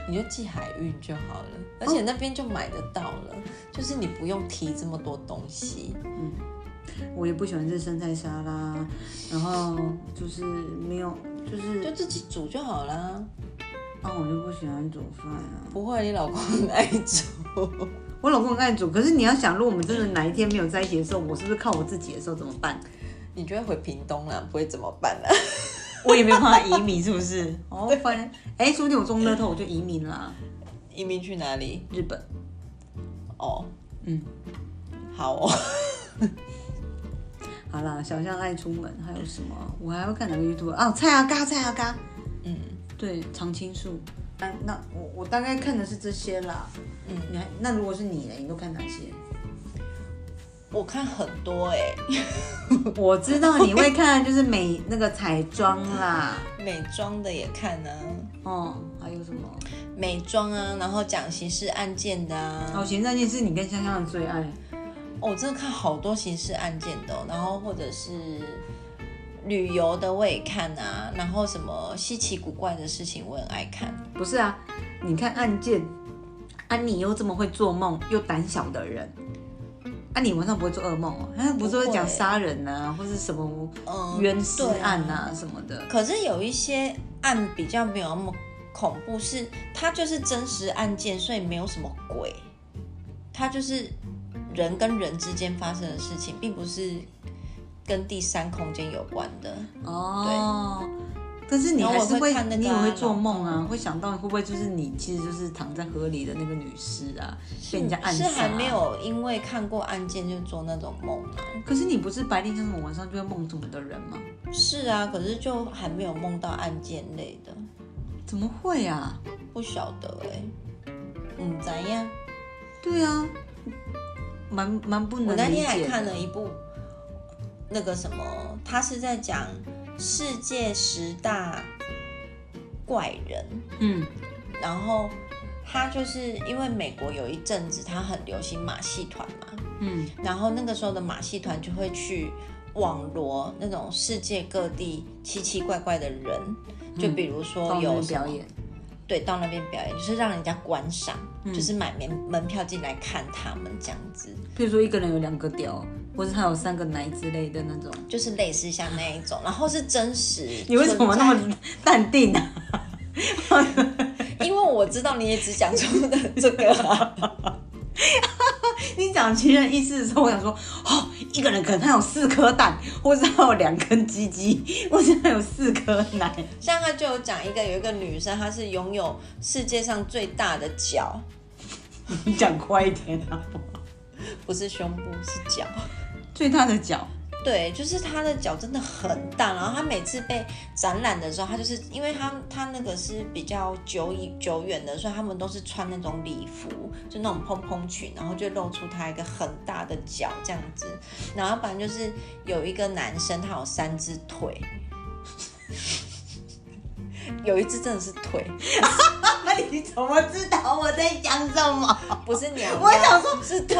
[SPEAKER 2] 你就寄海运就好了。而且那边就买得到了，就是你不用提这么多东西。
[SPEAKER 1] 我也不喜欢吃生菜沙拉，然后就是没有，就是
[SPEAKER 2] 就自己煮就好啦。
[SPEAKER 1] 啊，我就不喜欢煮饭啊。
[SPEAKER 2] 不会，你老公很爱煮。
[SPEAKER 1] 我老公很爱煮，可是你要想，如果我们真的哪一天没有在一起的时候，我是不是靠我自己的时候怎么办？ [laughs]
[SPEAKER 2] 你就会回屏东啦，不会怎么办啦？啊
[SPEAKER 1] 我也没有办法移民，是不 [laughs] 是？哦，反正哎，说不定我中乐透我就移民啦，
[SPEAKER 2] [laughs] 移民去哪里？
[SPEAKER 1] 日本。
[SPEAKER 2] 哦，
[SPEAKER 1] 嗯，
[SPEAKER 2] 好哦。
[SPEAKER 1] 好啦，小象爱出门，还有什么？我还会看哪个 YouTube 啊？蔡阿嘎，蔡阿嘎。
[SPEAKER 2] 嗯，
[SPEAKER 1] 对，常青树。那那我我大概看的是这些啦。
[SPEAKER 2] 嗯
[SPEAKER 1] 你还那如果是你呢？你都看哪些？
[SPEAKER 2] 我看很多哎、
[SPEAKER 1] [laughs] 我知道你会看，就是美那个彩妆啦，
[SPEAKER 2] 美妆的也看啊，
[SPEAKER 1] 哦，还有什么？
[SPEAKER 2] 美妆啊，然后讲刑事案件的啊。
[SPEAKER 1] 哦，行，那件事你跟香香的最爱。
[SPEAKER 2] 哦，我真的看好多刑事案件的哦、然后或者是旅游的我也看啊，然后什么稀奇古怪的事情我很爱看。
[SPEAKER 1] 不是啊，你看案件，安妮又这么会做梦又胆小的人，安妮晚上不会做噩梦哦，她不是会讲
[SPEAKER 2] 不会
[SPEAKER 1] 杀人啊，或是什么
[SPEAKER 2] 嗯，
[SPEAKER 1] 冤尸
[SPEAKER 2] 对
[SPEAKER 1] 案啊什么的。
[SPEAKER 2] 可是有一些案比较没有那么恐怖，是它就是真实案件，所以没有什么鬼，它就是人跟人之间发生的事情，并不是跟第三空间有关的。
[SPEAKER 1] 哦，可是你
[SPEAKER 2] 然后
[SPEAKER 1] 还
[SPEAKER 2] 我
[SPEAKER 1] 是
[SPEAKER 2] 会看那
[SPEAKER 1] 你也
[SPEAKER 2] 个啊
[SPEAKER 1] 会做梦啊，会想到会不会就是你其实就是躺在河里的那个女尸啊，被人家暗
[SPEAKER 2] 是
[SPEAKER 1] 杀、
[SPEAKER 2] 还没。有因为看过案件就做那种梦啊。
[SPEAKER 1] 可是你不是白天像什么晚上就会梦什么的人吗？
[SPEAKER 2] 是啊，可是就还没有梦到案件类的，
[SPEAKER 1] 怎么会啊？
[SPEAKER 2] 不晓得哎、嗯，怎样？
[SPEAKER 1] 对啊，蛮蛮不
[SPEAKER 2] 我
[SPEAKER 1] 能
[SPEAKER 2] 那
[SPEAKER 1] 理
[SPEAKER 2] 天还
[SPEAKER 1] 解
[SPEAKER 2] 看
[SPEAKER 1] 的。
[SPEAKER 2] 了一部那个什么，他是在讲世界十大怪人，
[SPEAKER 1] 嗯
[SPEAKER 2] 然后他就是因为美国有一阵子他很流行马戏团嘛，
[SPEAKER 1] 嗯
[SPEAKER 2] 然后那个时候的马戏团就会去网罗那种世界各地奇奇怪怪的人，就比如说
[SPEAKER 1] 嗯到那
[SPEAKER 2] 有
[SPEAKER 1] 边
[SPEAKER 2] 什么
[SPEAKER 1] 表演。
[SPEAKER 2] 对，到那边表演就是让人家观赏，
[SPEAKER 1] 嗯
[SPEAKER 2] 就是买门门票进来看他们这样子，
[SPEAKER 1] 譬如说一个人有两个屌，或者他有三个奶之类的那种。
[SPEAKER 2] 就是类似像那一种，然后是真实。
[SPEAKER 1] 你为什么那么淡定啊？
[SPEAKER 2] 存在？ [laughs] 因为我知道你也只讲
[SPEAKER 1] [laughs]
[SPEAKER 2] 出的这个啊、
[SPEAKER 1] 你讲奇人异事的时候，我想说，哦，一个人可能他有四颗蛋，或者他有两根鸡鸡，或者他有四颗奶。
[SPEAKER 2] 像他就有讲一个有一个女生，她是拥有世界上最大的脚，
[SPEAKER 1] 你讲快一点啊！
[SPEAKER 2] 不是胸部是脚。
[SPEAKER 1] 最大的脚，
[SPEAKER 2] 对，就是他的脚真的很大，然后他每次被展览的时候，他就是因为他他那个是比较久以久远的，所以他们都是穿那种礼服，就那种蓬蓬裙，然后就露出他一个很大的脚这样子，然后反正就是有一个男生他有三只腿， [laughs] 有一只真的是腿，
[SPEAKER 1] 那你怎么知道我在讲什 [laughs] 么？
[SPEAKER 2] 不是鸟鸟，
[SPEAKER 1] 我想说
[SPEAKER 2] 是腿。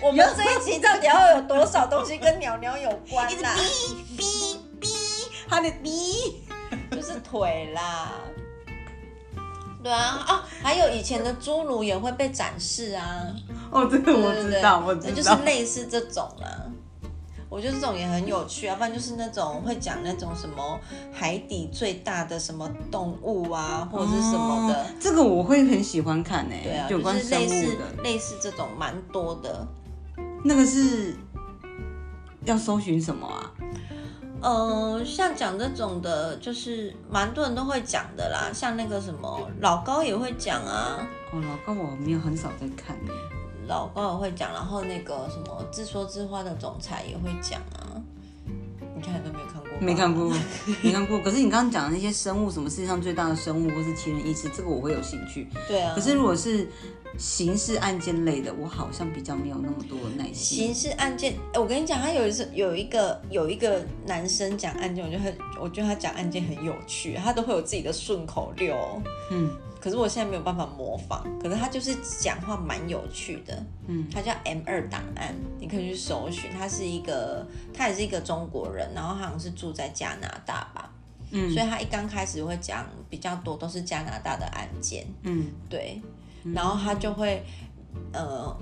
[SPEAKER 2] 我们这一集到底要有多少东西跟鸟鸟有关
[SPEAKER 1] [laughs] 一直
[SPEAKER 2] 啦？
[SPEAKER 1] 哔哔哔，他的哔。
[SPEAKER 2] 就是腿啦。对啊，啊，还有以前的侏儒也会被展示啊，
[SPEAKER 1] 哦，这个 [laughs]
[SPEAKER 2] 对
[SPEAKER 1] 我
[SPEAKER 2] 对
[SPEAKER 1] 知
[SPEAKER 2] 对
[SPEAKER 1] 道，我
[SPEAKER 2] 那
[SPEAKER 1] 知
[SPEAKER 2] 就是
[SPEAKER 1] 道。
[SPEAKER 2] 类似这种啦。我觉得这种也很有趣啊，不然就是那种会讲那种什么海底最大的什么动物啊，或者是什么的，
[SPEAKER 1] 哦这个我会很喜欢看诶、
[SPEAKER 2] 对啊，
[SPEAKER 1] 有
[SPEAKER 2] 就
[SPEAKER 1] 关
[SPEAKER 2] 是
[SPEAKER 1] 生
[SPEAKER 2] 类
[SPEAKER 1] 物
[SPEAKER 2] 似
[SPEAKER 1] 的。
[SPEAKER 2] 类似这种蛮多的。
[SPEAKER 1] 那个是要搜寻什么啊？
[SPEAKER 2] 呃，像讲这种的，就是蛮多人都会讲的啦，像那个什么老高也会讲啊，
[SPEAKER 1] 哦，老高我没有很少在看耶
[SPEAKER 2] 老高也会讲，然后那个什么自说自话的总裁也会讲啊。你看都没有看过，
[SPEAKER 1] 没看。过，没看过。可是你刚刚讲的那些生物，什么世界上最大的生物，或是奇人异事，这个我会有兴趣。
[SPEAKER 2] 对啊。
[SPEAKER 1] 可是如果是刑事案件类的，我好像比较没有那么多的耐心。
[SPEAKER 2] 刑事案件，哎我跟你讲，他有一次有一个有一个男生讲案件，我就很，我觉得他讲案件很有趣，他都会有自己的顺口溜哦、
[SPEAKER 1] 嗯
[SPEAKER 2] 可是我现在没有办法模仿，可是他就是讲话蛮有趣的。
[SPEAKER 1] 嗯
[SPEAKER 2] 他叫 M 二档案，你可以去搜寻。他是一个，他也是一个中国人，然后他好像是住在加拿大吧。
[SPEAKER 1] 嗯
[SPEAKER 2] 所以他一刚开始会讲比较多都是加拿大的案件，
[SPEAKER 1] 嗯
[SPEAKER 2] 对，然后他就会呃，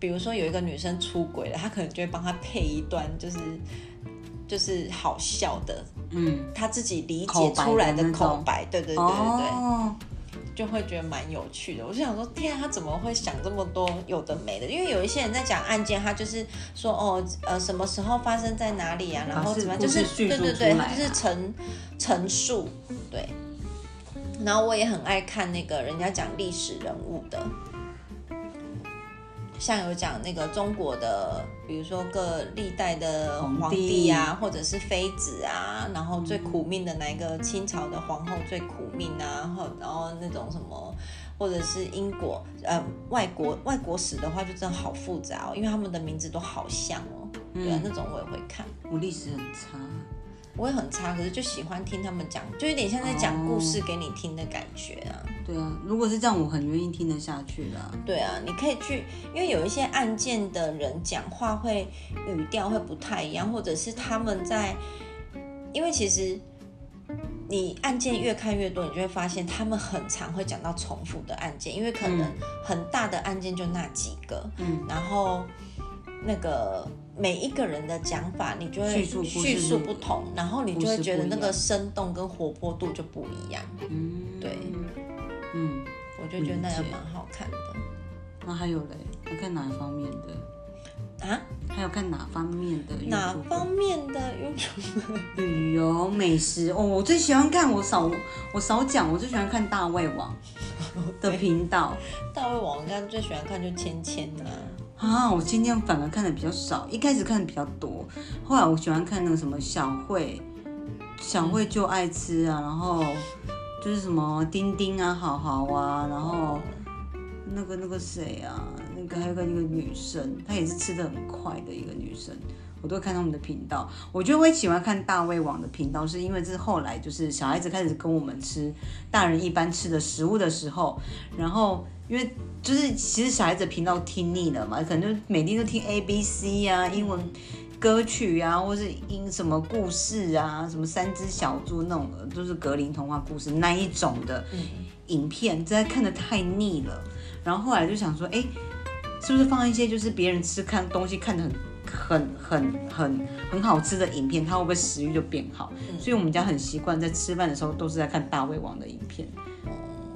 [SPEAKER 2] 比如说有一个女生出轨了，他可能就会帮她配一段就是就是好笑的，
[SPEAKER 1] 嗯。
[SPEAKER 2] 他自己理
[SPEAKER 1] 口
[SPEAKER 2] 解
[SPEAKER 1] 白的
[SPEAKER 2] 出来的
[SPEAKER 1] 那种
[SPEAKER 2] 口白，对对对对对，
[SPEAKER 1] 哦，
[SPEAKER 2] 就会觉得蛮有趣的。我就想说，天啊，他怎么会想这么多有的没的？因为有一些人在讲案件，他就是说，哦，呃，什么时候发生在哪里啊，然后
[SPEAKER 1] 把事
[SPEAKER 2] 怎么样，
[SPEAKER 1] 故
[SPEAKER 2] 就
[SPEAKER 1] 事
[SPEAKER 2] 是
[SPEAKER 1] 叙
[SPEAKER 2] 对
[SPEAKER 1] 述
[SPEAKER 2] 对
[SPEAKER 1] 出来
[SPEAKER 2] 对，他
[SPEAKER 1] 啊
[SPEAKER 2] 就是陈陈述，对。然后我也很爱看那个人家讲历史人物的，像有讲那个中国的，比如说各历代的
[SPEAKER 1] 皇帝
[SPEAKER 2] 皇帝啊，或者是妃子啊，然后最苦命的那一个清朝的皇后最苦命啊，或然后那种什么，或者是英国呃外国外国史的话，就真的好复杂哦，因为他们的名字都好像哦。对啊，那种我也会看，
[SPEAKER 1] 我历史很差。
[SPEAKER 2] 我也很差，可是就喜欢听他们讲，就有点像在讲故事给你听的感觉啊。
[SPEAKER 1] 对啊，如果是这样，我很愿意听得下去啦。
[SPEAKER 2] 对啊，你可以去，因为有一些案件的人讲话会语调会不太一样，或者是他们在，因为其实你案件越看越多，你就会发现他们很常会讲到重复的案件，因为可能
[SPEAKER 1] 嗯
[SPEAKER 2] 很大的案件就那几个，
[SPEAKER 1] 嗯，
[SPEAKER 2] 然后那个每一个人的讲法，你就
[SPEAKER 1] 叙
[SPEAKER 2] 会
[SPEAKER 1] 述故事
[SPEAKER 2] 叙述不同，然后你就会觉得那
[SPEAKER 1] 故事不一样
[SPEAKER 2] 个生动跟活泼度就不一样，
[SPEAKER 1] 嗯，
[SPEAKER 2] 对，
[SPEAKER 1] 嗯，
[SPEAKER 2] 我就觉得那个
[SPEAKER 1] 理解
[SPEAKER 2] 蛮好看的。
[SPEAKER 1] 那还有嘞，要看哪一方面的？
[SPEAKER 2] 啊，
[SPEAKER 1] 还有看哪方面的 YouTube？
[SPEAKER 2] 哪方面的 YouTube？
[SPEAKER 1] 旅游美食哦，我最喜欢看我少我少讲，我最喜欢看大胃王的频道
[SPEAKER 2] 大胃王，我刚最喜欢看就芊芊啊，
[SPEAKER 1] 啊。我今天反而看的比较少，一开始看的比较多，后来我喜欢看那个什么小慧，小慧就爱吃啊，然后就是什么丁丁啊、好好啊，然后那个那个谁啊，那个还有个那个女生，她也是吃的很快的一个女生。我都会看他们的频道，我觉得我也喜欢看大胃王的频道，是因为这是后来就是小孩子开始跟我们吃大人一般吃的食物的时候，然后因为就是其实小孩子频道听腻了嘛，可能就每天都听 A B C 啊，英文歌曲啊，或是英什么故事啊，什么三只小猪那种，就是格林童话故事那一种的
[SPEAKER 2] 嗯
[SPEAKER 1] 影片，实在看的太腻了。然后后来就想说，哎，是不是放一些就是别人吃看东西看的很很很很很好吃的影片，他会不会食欲就变好？所以我们家很习惯在吃饭的时候都是在看大胃王的影片。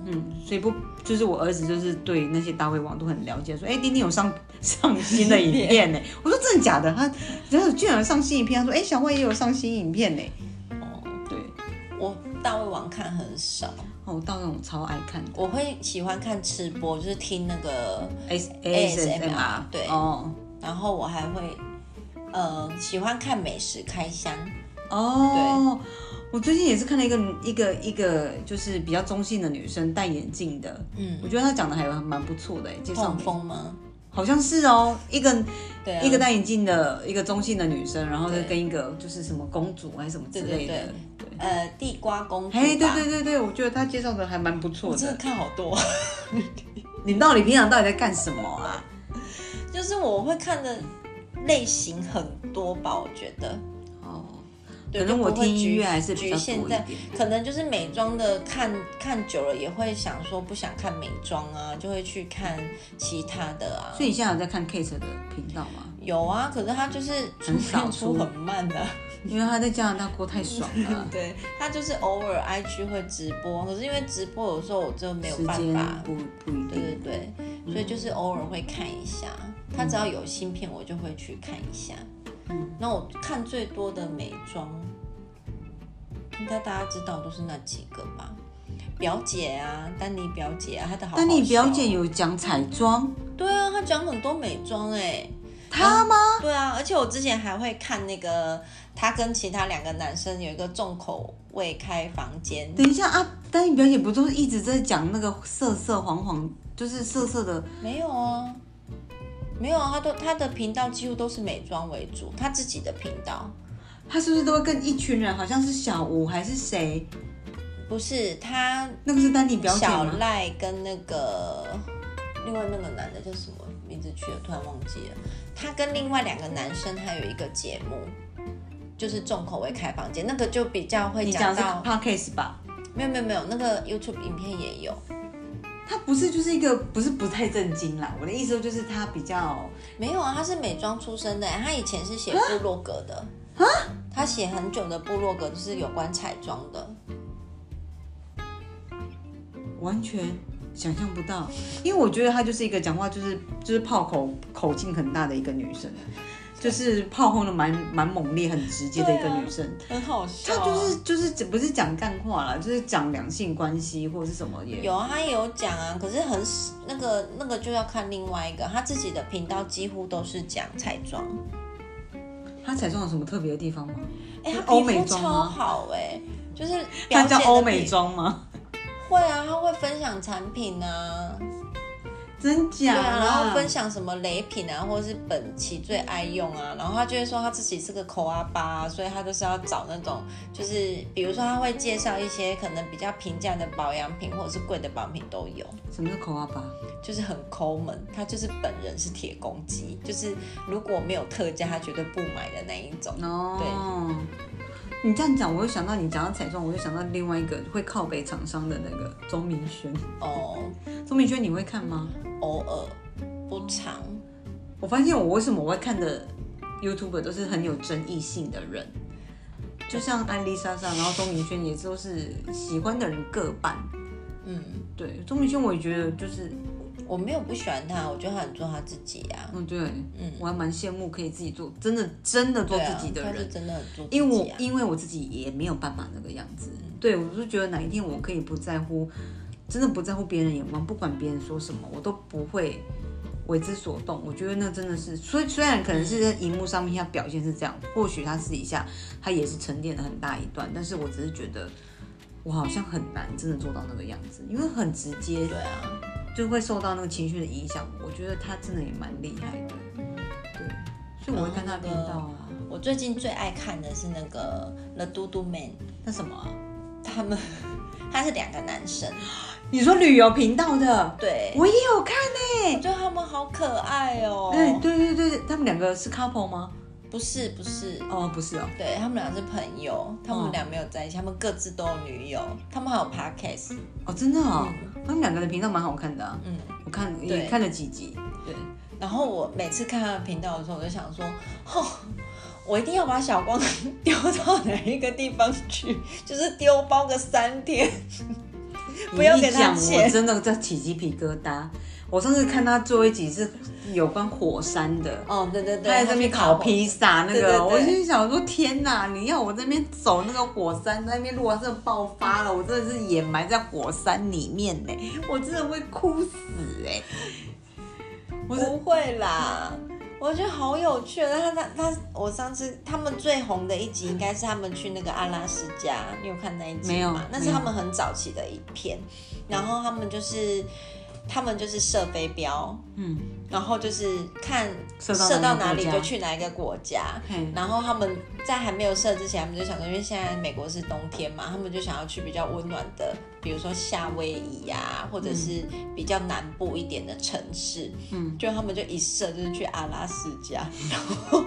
[SPEAKER 1] 嗯，所以不就是我儿子就是对那些大胃王都很了解，说哎、丁丁有上上新的影片 [laughs] 呢、我说真的假的？他然后居然有上新影片，他说哎、小慧也有上新影片呢、
[SPEAKER 2] 哦，
[SPEAKER 1] 对，
[SPEAKER 2] 我大胃王看很少，
[SPEAKER 1] 哦，我到那种超爱看的
[SPEAKER 2] 我会喜欢看吃播，就是听那个
[SPEAKER 1] S
[SPEAKER 2] ASMR 对
[SPEAKER 1] 哦
[SPEAKER 2] 然后我还会，呃，喜欢看美食开箱，
[SPEAKER 1] 哦，我最近也是看了一个一个一个就是比较中性的女生，戴眼镜的，
[SPEAKER 2] 嗯，
[SPEAKER 1] 我觉得她讲的还蛮不错的、介绍
[SPEAKER 2] 痛风吗？
[SPEAKER 1] 好像是哦，一个
[SPEAKER 2] 对啊，
[SPEAKER 1] 一个戴眼镜的一个中性的女生，然后就
[SPEAKER 2] 对
[SPEAKER 1] 跟一个就是什么公主还是什么之类的，对，
[SPEAKER 2] 呃，地瓜公主吧，
[SPEAKER 1] 哎，对对对对，我觉得她介绍的还蛮不错
[SPEAKER 2] 我真的
[SPEAKER 1] 的。
[SPEAKER 2] 看好多， [laughs]
[SPEAKER 1] 你们到底平常到底在干什么啊？
[SPEAKER 2] 就是我会看的类型很多吧，我觉得，
[SPEAKER 1] 哦，
[SPEAKER 2] 对
[SPEAKER 1] 可能
[SPEAKER 2] 就
[SPEAKER 1] 我
[SPEAKER 2] 不会
[SPEAKER 1] 听音
[SPEAKER 2] 局
[SPEAKER 1] 乐还是比较
[SPEAKER 2] 局限
[SPEAKER 1] 多一
[SPEAKER 2] 在
[SPEAKER 1] 点。
[SPEAKER 2] 可能就是美妆的看看久了也会想说不想看美妆啊，就会去看其他的啊。
[SPEAKER 1] 所以你现在有在看 Kate 的频道吗？
[SPEAKER 2] 有啊，可是他就是出
[SPEAKER 1] 很少
[SPEAKER 2] 片出
[SPEAKER 1] 出
[SPEAKER 2] 很慢的、，
[SPEAKER 1] 因为她在加拿大过太爽了
[SPEAKER 2] [laughs] 对他就是偶尔 IG 会直播，可是因为直播有时候我就 [laughs] 没有
[SPEAKER 1] 时
[SPEAKER 2] 办
[SPEAKER 1] 间
[SPEAKER 2] 法，
[SPEAKER 1] 不不一
[SPEAKER 2] 对对
[SPEAKER 1] 定。
[SPEAKER 2] 对，所以就是偶尔会看一下。他只要有新片，我就会去看一下。
[SPEAKER 1] 嗯
[SPEAKER 2] 那我看最多的美妆，应该大家知道都是那几个吧？表姐啊，丹妮表姐啊，她的好好
[SPEAKER 1] 但你表
[SPEAKER 2] 笑
[SPEAKER 1] 姐有讲彩妆，
[SPEAKER 2] 对啊，她讲很多美妆哎、
[SPEAKER 1] 她吗？
[SPEAKER 2] 对啊，而且我之前还会看那个她跟其他两个男生有一个重口味开房间，
[SPEAKER 1] 等一下啊，但你表姐不都一直在讲那个色色黄黄，就是色色的
[SPEAKER 2] 没有啊，没有啊，她都她的频道几乎都是美妆为主，她自己的频道
[SPEAKER 1] 他是不是都会跟一群人，好像是小吴还是谁？
[SPEAKER 2] 不是她
[SPEAKER 1] 那个是丹妮表姐
[SPEAKER 2] 小
[SPEAKER 1] 吗？
[SPEAKER 2] 赖跟那个另外那个男的叫什么名字去了，突然忘记了。他跟另外两个男生还有一个节目，就是重口味开房间，那个就比较会
[SPEAKER 1] 你
[SPEAKER 2] 讲
[SPEAKER 1] 讲的是
[SPEAKER 2] 到，
[SPEAKER 1] Parkes 吧？
[SPEAKER 2] 没有没有没有，那个 YouTube 影片也有，
[SPEAKER 1] 他不是就是一个不是不太正经啦，我的意思就是他比较
[SPEAKER 2] 没有啊，他是美妆出身的，他以前是写部落格的
[SPEAKER 1] 啊
[SPEAKER 2] 他写很久的部落格就是有关彩妆的，
[SPEAKER 1] 完全想象不到，因为我觉得她就是一个讲话就是就是炮口口径很大的一个女生，就是炮轰的蛮蛮猛烈、很直接的
[SPEAKER 2] 啊
[SPEAKER 1] 一个女生。
[SPEAKER 2] 很好
[SPEAKER 1] 她
[SPEAKER 2] 笑啊
[SPEAKER 1] 就是就是不是讲干话啦，就是讲两性关系或是什么也
[SPEAKER 2] 有啊，他也有讲啊，可是很那个那个就要看另外一个，他自己的频道几乎都是讲彩妆。
[SPEAKER 1] 她彩妆有什么特别的地方吗？
[SPEAKER 2] 哎、他
[SPEAKER 1] 嗯欧
[SPEAKER 2] 皮
[SPEAKER 1] 美
[SPEAKER 2] 肤
[SPEAKER 1] 妆
[SPEAKER 2] 超
[SPEAKER 1] 吗
[SPEAKER 2] 好哎、就是
[SPEAKER 1] 她
[SPEAKER 2] 表姐
[SPEAKER 1] 叫
[SPEAKER 2] 的
[SPEAKER 1] 欧美
[SPEAKER 2] 皮
[SPEAKER 1] 妆吗？
[SPEAKER 2] 会啊，他会分享产品啊，
[SPEAKER 1] 真假
[SPEAKER 2] 对
[SPEAKER 1] 啦？
[SPEAKER 2] 啊，然后分享什么雷品啊，或者是本期最爱用啊，然后他就会说他自己是个抠阿巴、啊所以他就是要找那种，就是比如说他会介绍一些可能比较平价的保养品或者是贵的保养品都有，
[SPEAKER 1] 什么是口啊吧？
[SPEAKER 2] 就是很抠门，他就是本人是铁公鸡，就是如果没有特价，他绝对不买的那一种。
[SPEAKER 1] 哦，你这样讲，我又想到你讲到彩妆，我就想到另外一个会靠北厂商的那个钟明轩。
[SPEAKER 2] 哦，
[SPEAKER 1] 钟明轩，你会看吗？
[SPEAKER 2] 偶尔不长。
[SPEAKER 1] 我发现我为什么我会看的 YouTube 都是很有争议性的人，就像艾丽莎莎，然后钟明轩也都是喜欢的人各半。
[SPEAKER 2] 嗯，
[SPEAKER 1] 对，钟明轩我也觉得就是
[SPEAKER 2] 我没有不喜欢他，我觉得他很做他自己啊。
[SPEAKER 1] 嗯，对，嗯，我还蛮羡慕可以自己做，真的真的做
[SPEAKER 2] 对
[SPEAKER 1] 自
[SPEAKER 2] 啊
[SPEAKER 1] 己的
[SPEAKER 2] 他
[SPEAKER 1] 人
[SPEAKER 2] 是。真的很做自己、啊。嗯
[SPEAKER 1] 因为我因为我自己也没有办法那个样子，对我就觉得哪一天我可以不在乎，真的不在乎别人眼光，不管别人说什么，我都不会为之所动。我觉得那真的是，所以虽然可能是在荧幕上面他表现是这样，或许他私底下他也是沉淀了很大一段，但是我只是觉得我好像很难真的做到那个样子，因为很直接
[SPEAKER 2] 对啊，
[SPEAKER 1] 就会受到那个情绪的影响。我觉得他真的也蛮厉害的，对，所以我会看他的频道啊。
[SPEAKER 2] 哦我最近最爱看的是那个《The Do Do Man》，
[SPEAKER 1] 那什么啊、
[SPEAKER 2] 他们 [laughs] 他是两个男生，
[SPEAKER 1] 你说旅游频道的，
[SPEAKER 2] 对，
[SPEAKER 1] 我也有看诶、
[SPEAKER 2] 我觉得他们好可爱哦。
[SPEAKER 1] 哎、对对对，他们两个是 couple 吗？
[SPEAKER 2] 不是不是，
[SPEAKER 1] 哦，不是哦，
[SPEAKER 2] 对他们俩是朋友，他
[SPEAKER 1] 嗯
[SPEAKER 2] 们俩没有在一起，他们各自都有女友，他们还有 podcast，
[SPEAKER 1] 哦，真的哦，他们两个的频道蛮好看的、啊，
[SPEAKER 2] 嗯，
[SPEAKER 1] 我看
[SPEAKER 2] 对
[SPEAKER 1] 也看了几集，
[SPEAKER 2] 对。然后我每次看他的频道的时候，我就想说，哦，我一定要把小光 [laughs] 丢到哪一个地方去，就是丢包个三天， [laughs] 不要
[SPEAKER 1] 你一
[SPEAKER 2] 给他
[SPEAKER 1] 讲我
[SPEAKER 2] 钱
[SPEAKER 1] 真的在起鸡皮疙瘩。我上次看他最后一集是有关火山的。
[SPEAKER 2] 哦，对对对，
[SPEAKER 1] 他在那边烤披萨，那
[SPEAKER 2] 对对
[SPEAKER 1] 个
[SPEAKER 2] 对
[SPEAKER 1] 我就想说，天哪！你要我这边走那个火山，那边如果真的爆发了，我真的是掩埋在火山里面呢，我真的会哭死哎！我是
[SPEAKER 2] 不会啦，我觉得好有趣。啊他他他，我上次他们最红的一集应该是他们去那个阿拉斯加，你有看那一集吗？
[SPEAKER 1] 没有
[SPEAKER 2] 那是他们很早期的一片。然后他们就是他们就是射飞镖，
[SPEAKER 1] 嗯，
[SPEAKER 2] 然后就是看
[SPEAKER 1] 射到哪个
[SPEAKER 2] 射到哪里
[SPEAKER 1] 国家
[SPEAKER 2] 就去哪一个国家。
[SPEAKER 1] 嘿
[SPEAKER 2] 然后他们在还没有射之前，他们就想说，因为现在美国是冬天嘛，他们就想要去比较温暖的，比如说夏威夷呀、或者是比较南部一点的城市。
[SPEAKER 1] 嗯，
[SPEAKER 2] 就他们就一射就是去阿拉斯加，然后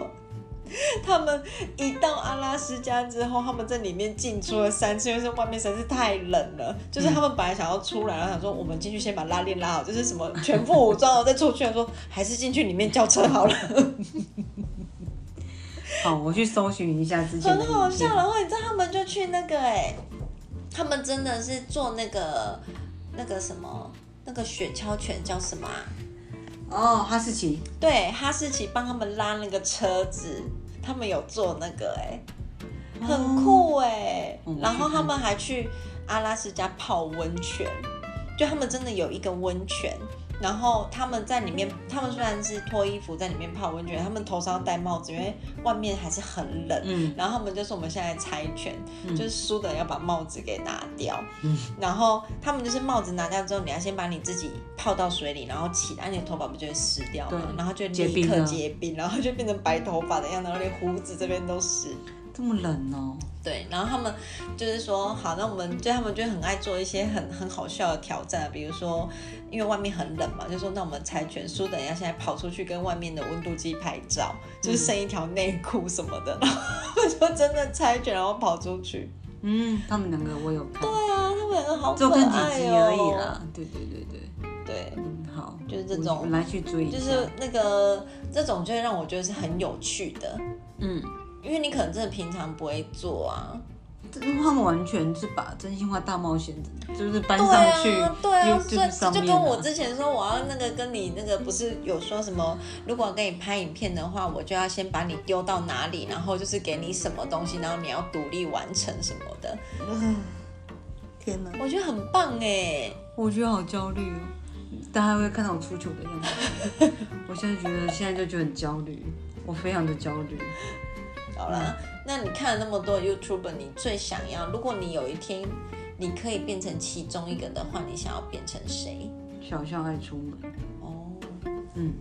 [SPEAKER 2] 他们一到阿拉斯加之后，他们在里面进出了三次，因为是外面实在是太冷了。就是他们本来想要出来，然后想说我们进去先把拉链拉好，就是什么全副武装，然后再出去，然后说还是进去里面叫车好了。
[SPEAKER 1] 好，我去搜寻一下之前的
[SPEAKER 2] 很好
[SPEAKER 1] 影片
[SPEAKER 2] 笑。然后你知道他们就去那个哎、他们真的是做那个那个什么那个雪橇犬叫什么啊？
[SPEAKER 1] 哦，哈士奇，
[SPEAKER 2] 对，哈士奇帮他们拉那个车子，他们有做那个哎、很酷哎、
[SPEAKER 1] 嗯
[SPEAKER 2] 然后他们还去阿拉斯加泡温泉，就他们真的有一个温泉。然后他们在里面，他们虽然是脱衣服在里面泡温泉，他们头上要戴帽子，因为外面还是很冷。
[SPEAKER 1] 嗯，
[SPEAKER 2] 然后他们就说我们现在猜拳，就是输的人要把帽子给拿掉。
[SPEAKER 1] 嗯
[SPEAKER 2] 然后他们就是帽子拿掉之后，你要先把你自己泡到水里，然后起来，你的头发不就会湿掉吗？
[SPEAKER 1] 对
[SPEAKER 2] 然后就
[SPEAKER 1] 结
[SPEAKER 2] 立
[SPEAKER 1] 冰
[SPEAKER 2] 刻
[SPEAKER 1] 了
[SPEAKER 2] 结冰，然后就变成白头发的样子，然后连胡子这边都是。
[SPEAKER 1] 这么冷哦，
[SPEAKER 2] 对，然后他们就是说，好，那我们就他们就很爱做一些很很好笑的挑战，比如说，因为外面很冷嘛，就说那我们猜拳输的人要现在跑出去跟外面的温度计拍照，就是
[SPEAKER 1] 嗯
[SPEAKER 2] 剩一条内裤什么的，然后他们就真的猜拳，然后跑出去。
[SPEAKER 1] 嗯，他们两个我有看，
[SPEAKER 2] 对啊，他们两个好
[SPEAKER 1] 只
[SPEAKER 2] 可
[SPEAKER 1] 有
[SPEAKER 2] 爱
[SPEAKER 1] 看
[SPEAKER 2] 哦、
[SPEAKER 1] 几集而已啦。对对对对，
[SPEAKER 2] 对，
[SPEAKER 1] 嗯，好，
[SPEAKER 2] 就是这种
[SPEAKER 1] 我来去追一下。
[SPEAKER 2] 就是那个这种就会让我觉得是很有趣的，
[SPEAKER 1] 嗯，
[SPEAKER 2] 因为你可能真的平常不会做啊。
[SPEAKER 1] 这他们完全是把真心话大冒险就是搬
[SPEAKER 2] 对
[SPEAKER 1] 上去
[SPEAKER 2] 啊，对啊，
[SPEAKER 1] YouTube
[SPEAKER 2] 所
[SPEAKER 1] 上
[SPEAKER 2] 以就
[SPEAKER 1] 面
[SPEAKER 2] 跟我
[SPEAKER 1] 啊
[SPEAKER 2] 之前说，我要那个跟你那个不是有说什么，如果给你拍影片的话，我就要先把你丢到哪里，然后就是给你什么东西，然后你要独立完成什么的，
[SPEAKER 1] 天哪，
[SPEAKER 2] 我觉得很棒哎。
[SPEAKER 1] 我觉得好焦虑哦。大家会看到我出糗的样子， [laughs] 我现在觉得现在就觉得很焦虑，我非常的焦虑。
[SPEAKER 2] 好啦，那你看了那么多 YouTuber，你最想要，如果你有一天你可以变成其中一个的话，你想要变成谁？
[SPEAKER 1] 小笑爱出门，
[SPEAKER 2] 哦，
[SPEAKER 1] 嗯，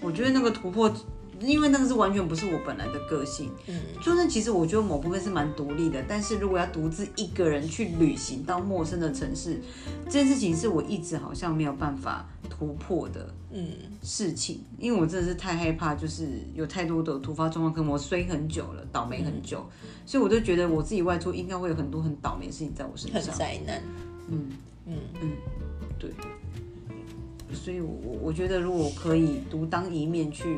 [SPEAKER 1] 我觉得那个突破，因为那个是完全不是我本来的个性。
[SPEAKER 2] 嗯，
[SPEAKER 1] 就算其实我觉得某部分是蛮独立的，但是如果要独自一个人去旅行到陌生的城市，这件事情是我一直好像没有办法突破的
[SPEAKER 2] 嗯，
[SPEAKER 1] 事情，因为我真的是太害怕，就是有太多的突发状况，可能我衰很久了，倒霉很久，
[SPEAKER 2] 嗯
[SPEAKER 1] 所以我就觉得我自己外出应该会有很多很倒霉的事情在我身
[SPEAKER 2] 很
[SPEAKER 1] 上。
[SPEAKER 2] 灾难。
[SPEAKER 1] 嗯，
[SPEAKER 2] 嗯，
[SPEAKER 1] 所以我，我我觉得如果我可以独当一面去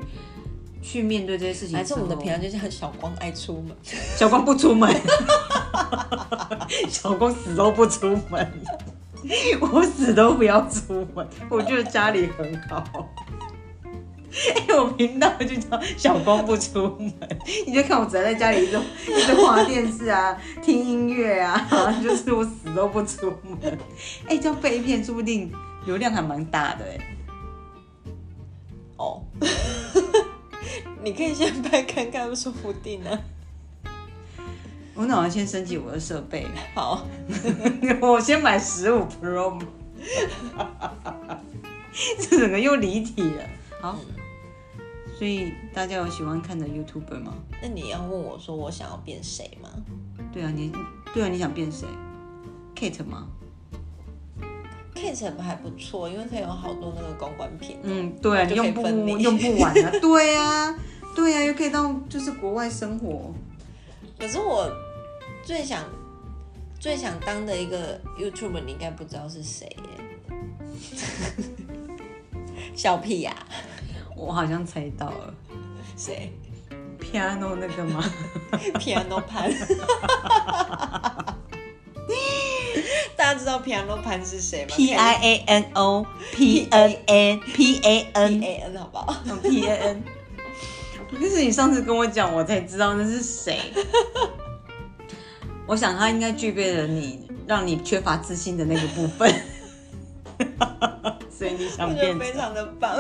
[SPEAKER 1] 去面对这些事情，
[SPEAKER 2] 还是我们的平常就像小光爱出门。
[SPEAKER 1] 小光不出门，小光死都不出门。我死都不要出门，我觉得家里很好。哎、我频道就叫小光不出门，你就看我只能在家里一直一直划电视啊，听音乐啊，然后就是我死都不出门。哎、这样被骗，说不定流量还蛮大的哎、
[SPEAKER 2] 哦， [laughs] 你可以先拍看看，说不定呢、啊
[SPEAKER 1] 我那我要先升级我的设备，
[SPEAKER 2] 好，
[SPEAKER 1] [laughs] 我先买十五 Pro。这整个又离题了。好，所以大家有喜欢看的 YouTuber 吗？
[SPEAKER 2] 那你要问我说我想要变谁吗？
[SPEAKER 1] 对啊，你对啊，你想变谁？Kate 吗？
[SPEAKER 2] Kate 还不错，因为可以有好多那个公关品。
[SPEAKER 1] 嗯，对啊，
[SPEAKER 2] 就
[SPEAKER 1] 你
[SPEAKER 2] 可以
[SPEAKER 1] 用不
[SPEAKER 2] 分你
[SPEAKER 1] 用不完啊。 [laughs] 对啊，对啊，又可以到就是国外生活。
[SPEAKER 2] 可是我最想最想当的一个 YouTuber，你应该不知道是谁耶。 [laughs] 小屁呀、
[SPEAKER 1] 我好像猜到了
[SPEAKER 2] 谁
[SPEAKER 1] ，Piano 那个吗？
[SPEAKER 2] ？Piano 潘。大家知道 Piano 潘是谁吗
[SPEAKER 1] P I A N O P N A P A
[SPEAKER 2] N
[SPEAKER 1] N
[SPEAKER 2] A N 好不好？
[SPEAKER 1] P A N。可是你上次跟我讲，我才知道那是谁。我想他应该具备了你让你缺乏自信的那个部分，所以你
[SPEAKER 2] 我
[SPEAKER 1] 想
[SPEAKER 2] 觉得
[SPEAKER 1] 变
[SPEAKER 2] 非常的棒。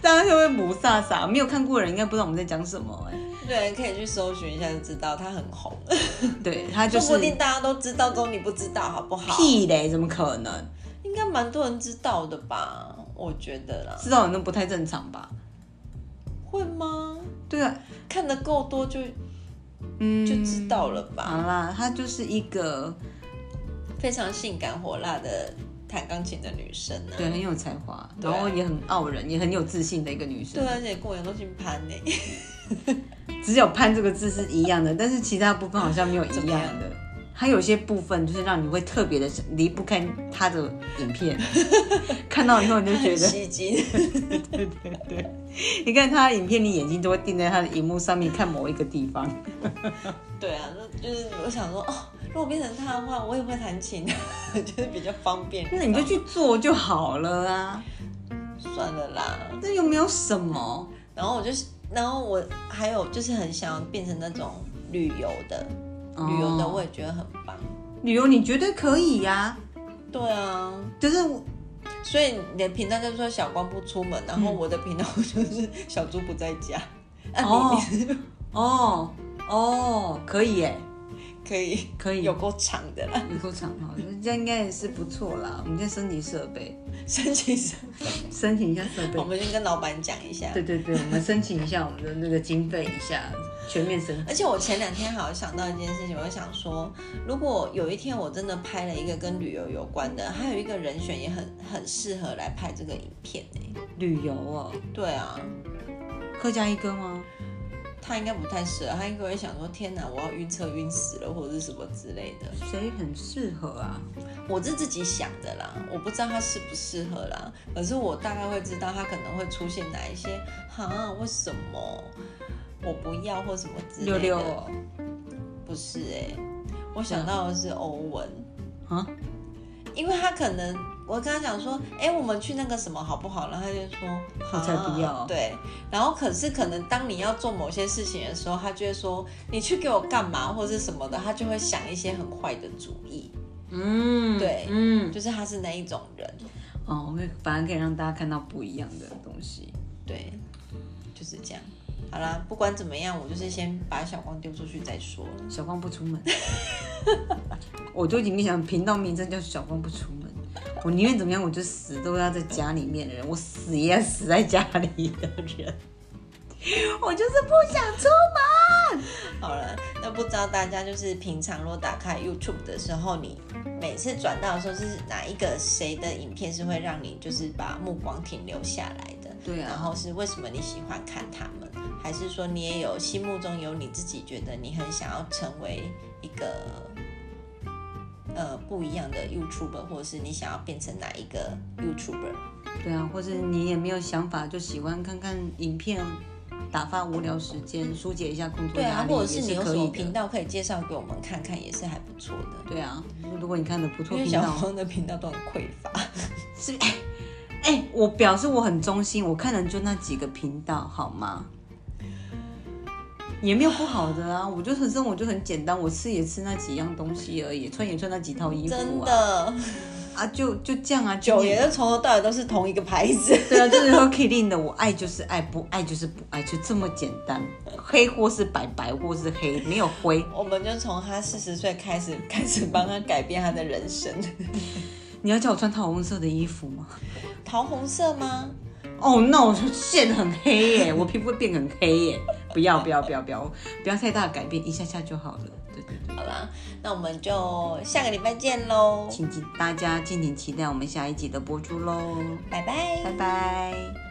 [SPEAKER 1] 大家就会母萨萨，没有看过的人应该不知道我们在讲什么、哎，
[SPEAKER 2] [laughs] 对，可以去搜寻一下就知道他很红，
[SPEAKER 1] 对他就
[SPEAKER 2] 说
[SPEAKER 1] 是
[SPEAKER 2] 不定大家都知道，中你不知道好不好？
[SPEAKER 1] 屁嘞，怎么可能？
[SPEAKER 2] 应该蛮多人知道的吧？我觉得啦，
[SPEAKER 1] 知道人都不太正常吧？
[SPEAKER 2] 会吗？
[SPEAKER 1] 对啊，
[SPEAKER 2] 看的够多就
[SPEAKER 1] 嗯，
[SPEAKER 2] 就知道了吧？
[SPEAKER 1] 好啦，她就是一个
[SPEAKER 2] 非常性感火辣的弹钢琴的女生啊呢、
[SPEAKER 1] 对很有才华，
[SPEAKER 2] 对啊
[SPEAKER 1] 然后也很傲人，也很有自信的一个女生
[SPEAKER 2] 对，。啊而且跟我一样都姓潘呢、
[SPEAKER 1] 只有潘这个字是一样的，但是其他部分好像没有一
[SPEAKER 2] 么
[SPEAKER 1] 样
[SPEAKER 2] 样
[SPEAKER 1] 的。它有些部分就是让你会特别的离不开他的影片， [laughs] 看到以后你就觉
[SPEAKER 2] 很
[SPEAKER 1] 得，
[SPEAKER 2] 吸睛。
[SPEAKER 1] 对对对，你看他的影片，你眼睛都会定在他的荧幕上面看某一个地方。
[SPEAKER 2] 对啊，那就是我想说，哦，如果变成她的话，我也会弹琴， [laughs] 就是比较方便。
[SPEAKER 1] 那你就去做就好了啊，
[SPEAKER 2] 算了啦。
[SPEAKER 1] 这又没有什么。
[SPEAKER 2] 然后我就是，然后我还有就是很想要变成那种旅游的，旅游的
[SPEAKER 1] 哦
[SPEAKER 2] 我也觉得很棒。
[SPEAKER 1] 旅游你绝对可以呀、
[SPEAKER 2] 对啊，
[SPEAKER 1] 就是我
[SPEAKER 2] 所以你的频道就是说小光不出门，然
[SPEAKER 1] 嗯
[SPEAKER 2] 后我的频道 [laughs] 就是小猪不在家。啊，
[SPEAKER 1] 哦
[SPEAKER 2] 你你 [laughs]
[SPEAKER 1] 哦哦，可以耶，
[SPEAKER 2] 可以
[SPEAKER 1] 可以
[SPEAKER 2] [laughs] 有够长的啦，
[SPEAKER 1] 有够长哈，这样应该也是不错啦。我们先申请设备，
[SPEAKER 2] 申请上，
[SPEAKER 1] 申请一下设备
[SPEAKER 2] 我。们先跟老板讲一下。
[SPEAKER 1] 对对对，我们申请一下我们的那个经费一下，全面申
[SPEAKER 2] 而且我前两天好像想到一件事情，我就想说，如果有一天我真的拍了一个跟旅游有关的，还有一个人选也很很适合来拍这个影片呢、
[SPEAKER 1] 旅游哦，
[SPEAKER 2] 对啊，
[SPEAKER 1] 客家一哥吗？
[SPEAKER 2] 他应该不太适合，他应该会想说：“天哪，我要晕车晕死了，或者是什么之类的。
[SPEAKER 1] 谁很适合啊？”
[SPEAKER 2] 我是自己想的啦，我不知道他适不适合啦，可是我大概会知道他可能会出现哪一些，哈，为什么我不要或什么之类
[SPEAKER 1] 六
[SPEAKER 2] 的。
[SPEAKER 1] 六哦，
[SPEAKER 2] 不是哎、我想到的是欧文，
[SPEAKER 1] 啊，
[SPEAKER 2] 因为他可能我跟他讲说：“哎、我们去那个什么好不好？”然后他就说：“
[SPEAKER 1] 我才不要
[SPEAKER 2] 哈对，然后可是可能当你要做某些事情的时候，他就会说：“你去给我干嘛？”或是什么的，他就会想一些很坏的主意。
[SPEAKER 1] 嗯，
[SPEAKER 2] 对
[SPEAKER 1] 嗯，
[SPEAKER 2] 就是他是那一种人，
[SPEAKER 1] 哦，我可以反而可以让大家看到不一样的东西。
[SPEAKER 2] 对，就是这样。好啦，不管怎么样，我就是先把小光丢出去再说了。
[SPEAKER 1] 小光不出 [laughs] 门，我就已经想频道名称叫小光不出门，我宁愿怎么样，我就死都要在家里面的人，我死也要死在家里的人， [laughs] 我就是不想出门。
[SPEAKER 2] 好了，那不知道大家就是平常如果打开 YouTube 的时候，你每次转到的时候是哪一个谁的影片是会让你就是把目光停留下来的？
[SPEAKER 1] 对啊
[SPEAKER 2] 然后是为什么你喜欢看他们？还是说你也有心目中有你自己觉得你很想要成为一个呃不一样的 YouTuber，或者是你想要变成哪一个 YouTuber？
[SPEAKER 1] 对啊，或者你也没有想法，就喜欢看看影片，打发无聊时间，疏解一下工作
[SPEAKER 2] 对
[SPEAKER 1] 压
[SPEAKER 2] 啊，
[SPEAKER 1] 力，
[SPEAKER 2] 或者是你
[SPEAKER 1] 也
[SPEAKER 2] 有
[SPEAKER 1] 可
[SPEAKER 2] 什
[SPEAKER 1] 以
[SPEAKER 2] 么
[SPEAKER 1] 的
[SPEAKER 2] 频道可以介绍给我们看看，也是还不错的。
[SPEAKER 1] 对啊，如果你看的不错
[SPEAKER 2] 因为
[SPEAKER 1] 频
[SPEAKER 2] 小
[SPEAKER 1] 道，
[SPEAKER 2] 黄的频道都很匮乏，
[SPEAKER 1] 是哎哎、我表示我很忠心，我看的就那几个频道，好吗？也没有不好的啊，我就很生活就很简单，我吃也吃那几样东西而已，穿也穿那几套衣服啊，
[SPEAKER 2] 真的，
[SPEAKER 1] 啊，就就这样啊，
[SPEAKER 2] 酒
[SPEAKER 1] 就
[SPEAKER 2] 也是从头到尾都是同一个牌子。 [laughs]
[SPEAKER 1] 对啊，就是 Rocky Lin 的，我爱就是爱，不爱就是不爱，就这么简单，黑或是白，白或是黑，没有灰。
[SPEAKER 2] 我们就从他四十岁开始，开始帮他改变他的人生。 [laughs]
[SPEAKER 1] 你要叫我穿桃红色的衣服吗？
[SPEAKER 2] 桃红色吗？
[SPEAKER 1] 哦、那我线很黑耶，我皮肤会变很黑耶。不要不要不要不要，不要太大改变，一下下就好了。对对对，
[SPEAKER 2] 好啦，那我们就下个礼拜见喽，
[SPEAKER 1] 请大家敬请期待我们下一集的播出喽，
[SPEAKER 2] 拜拜
[SPEAKER 1] 拜拜。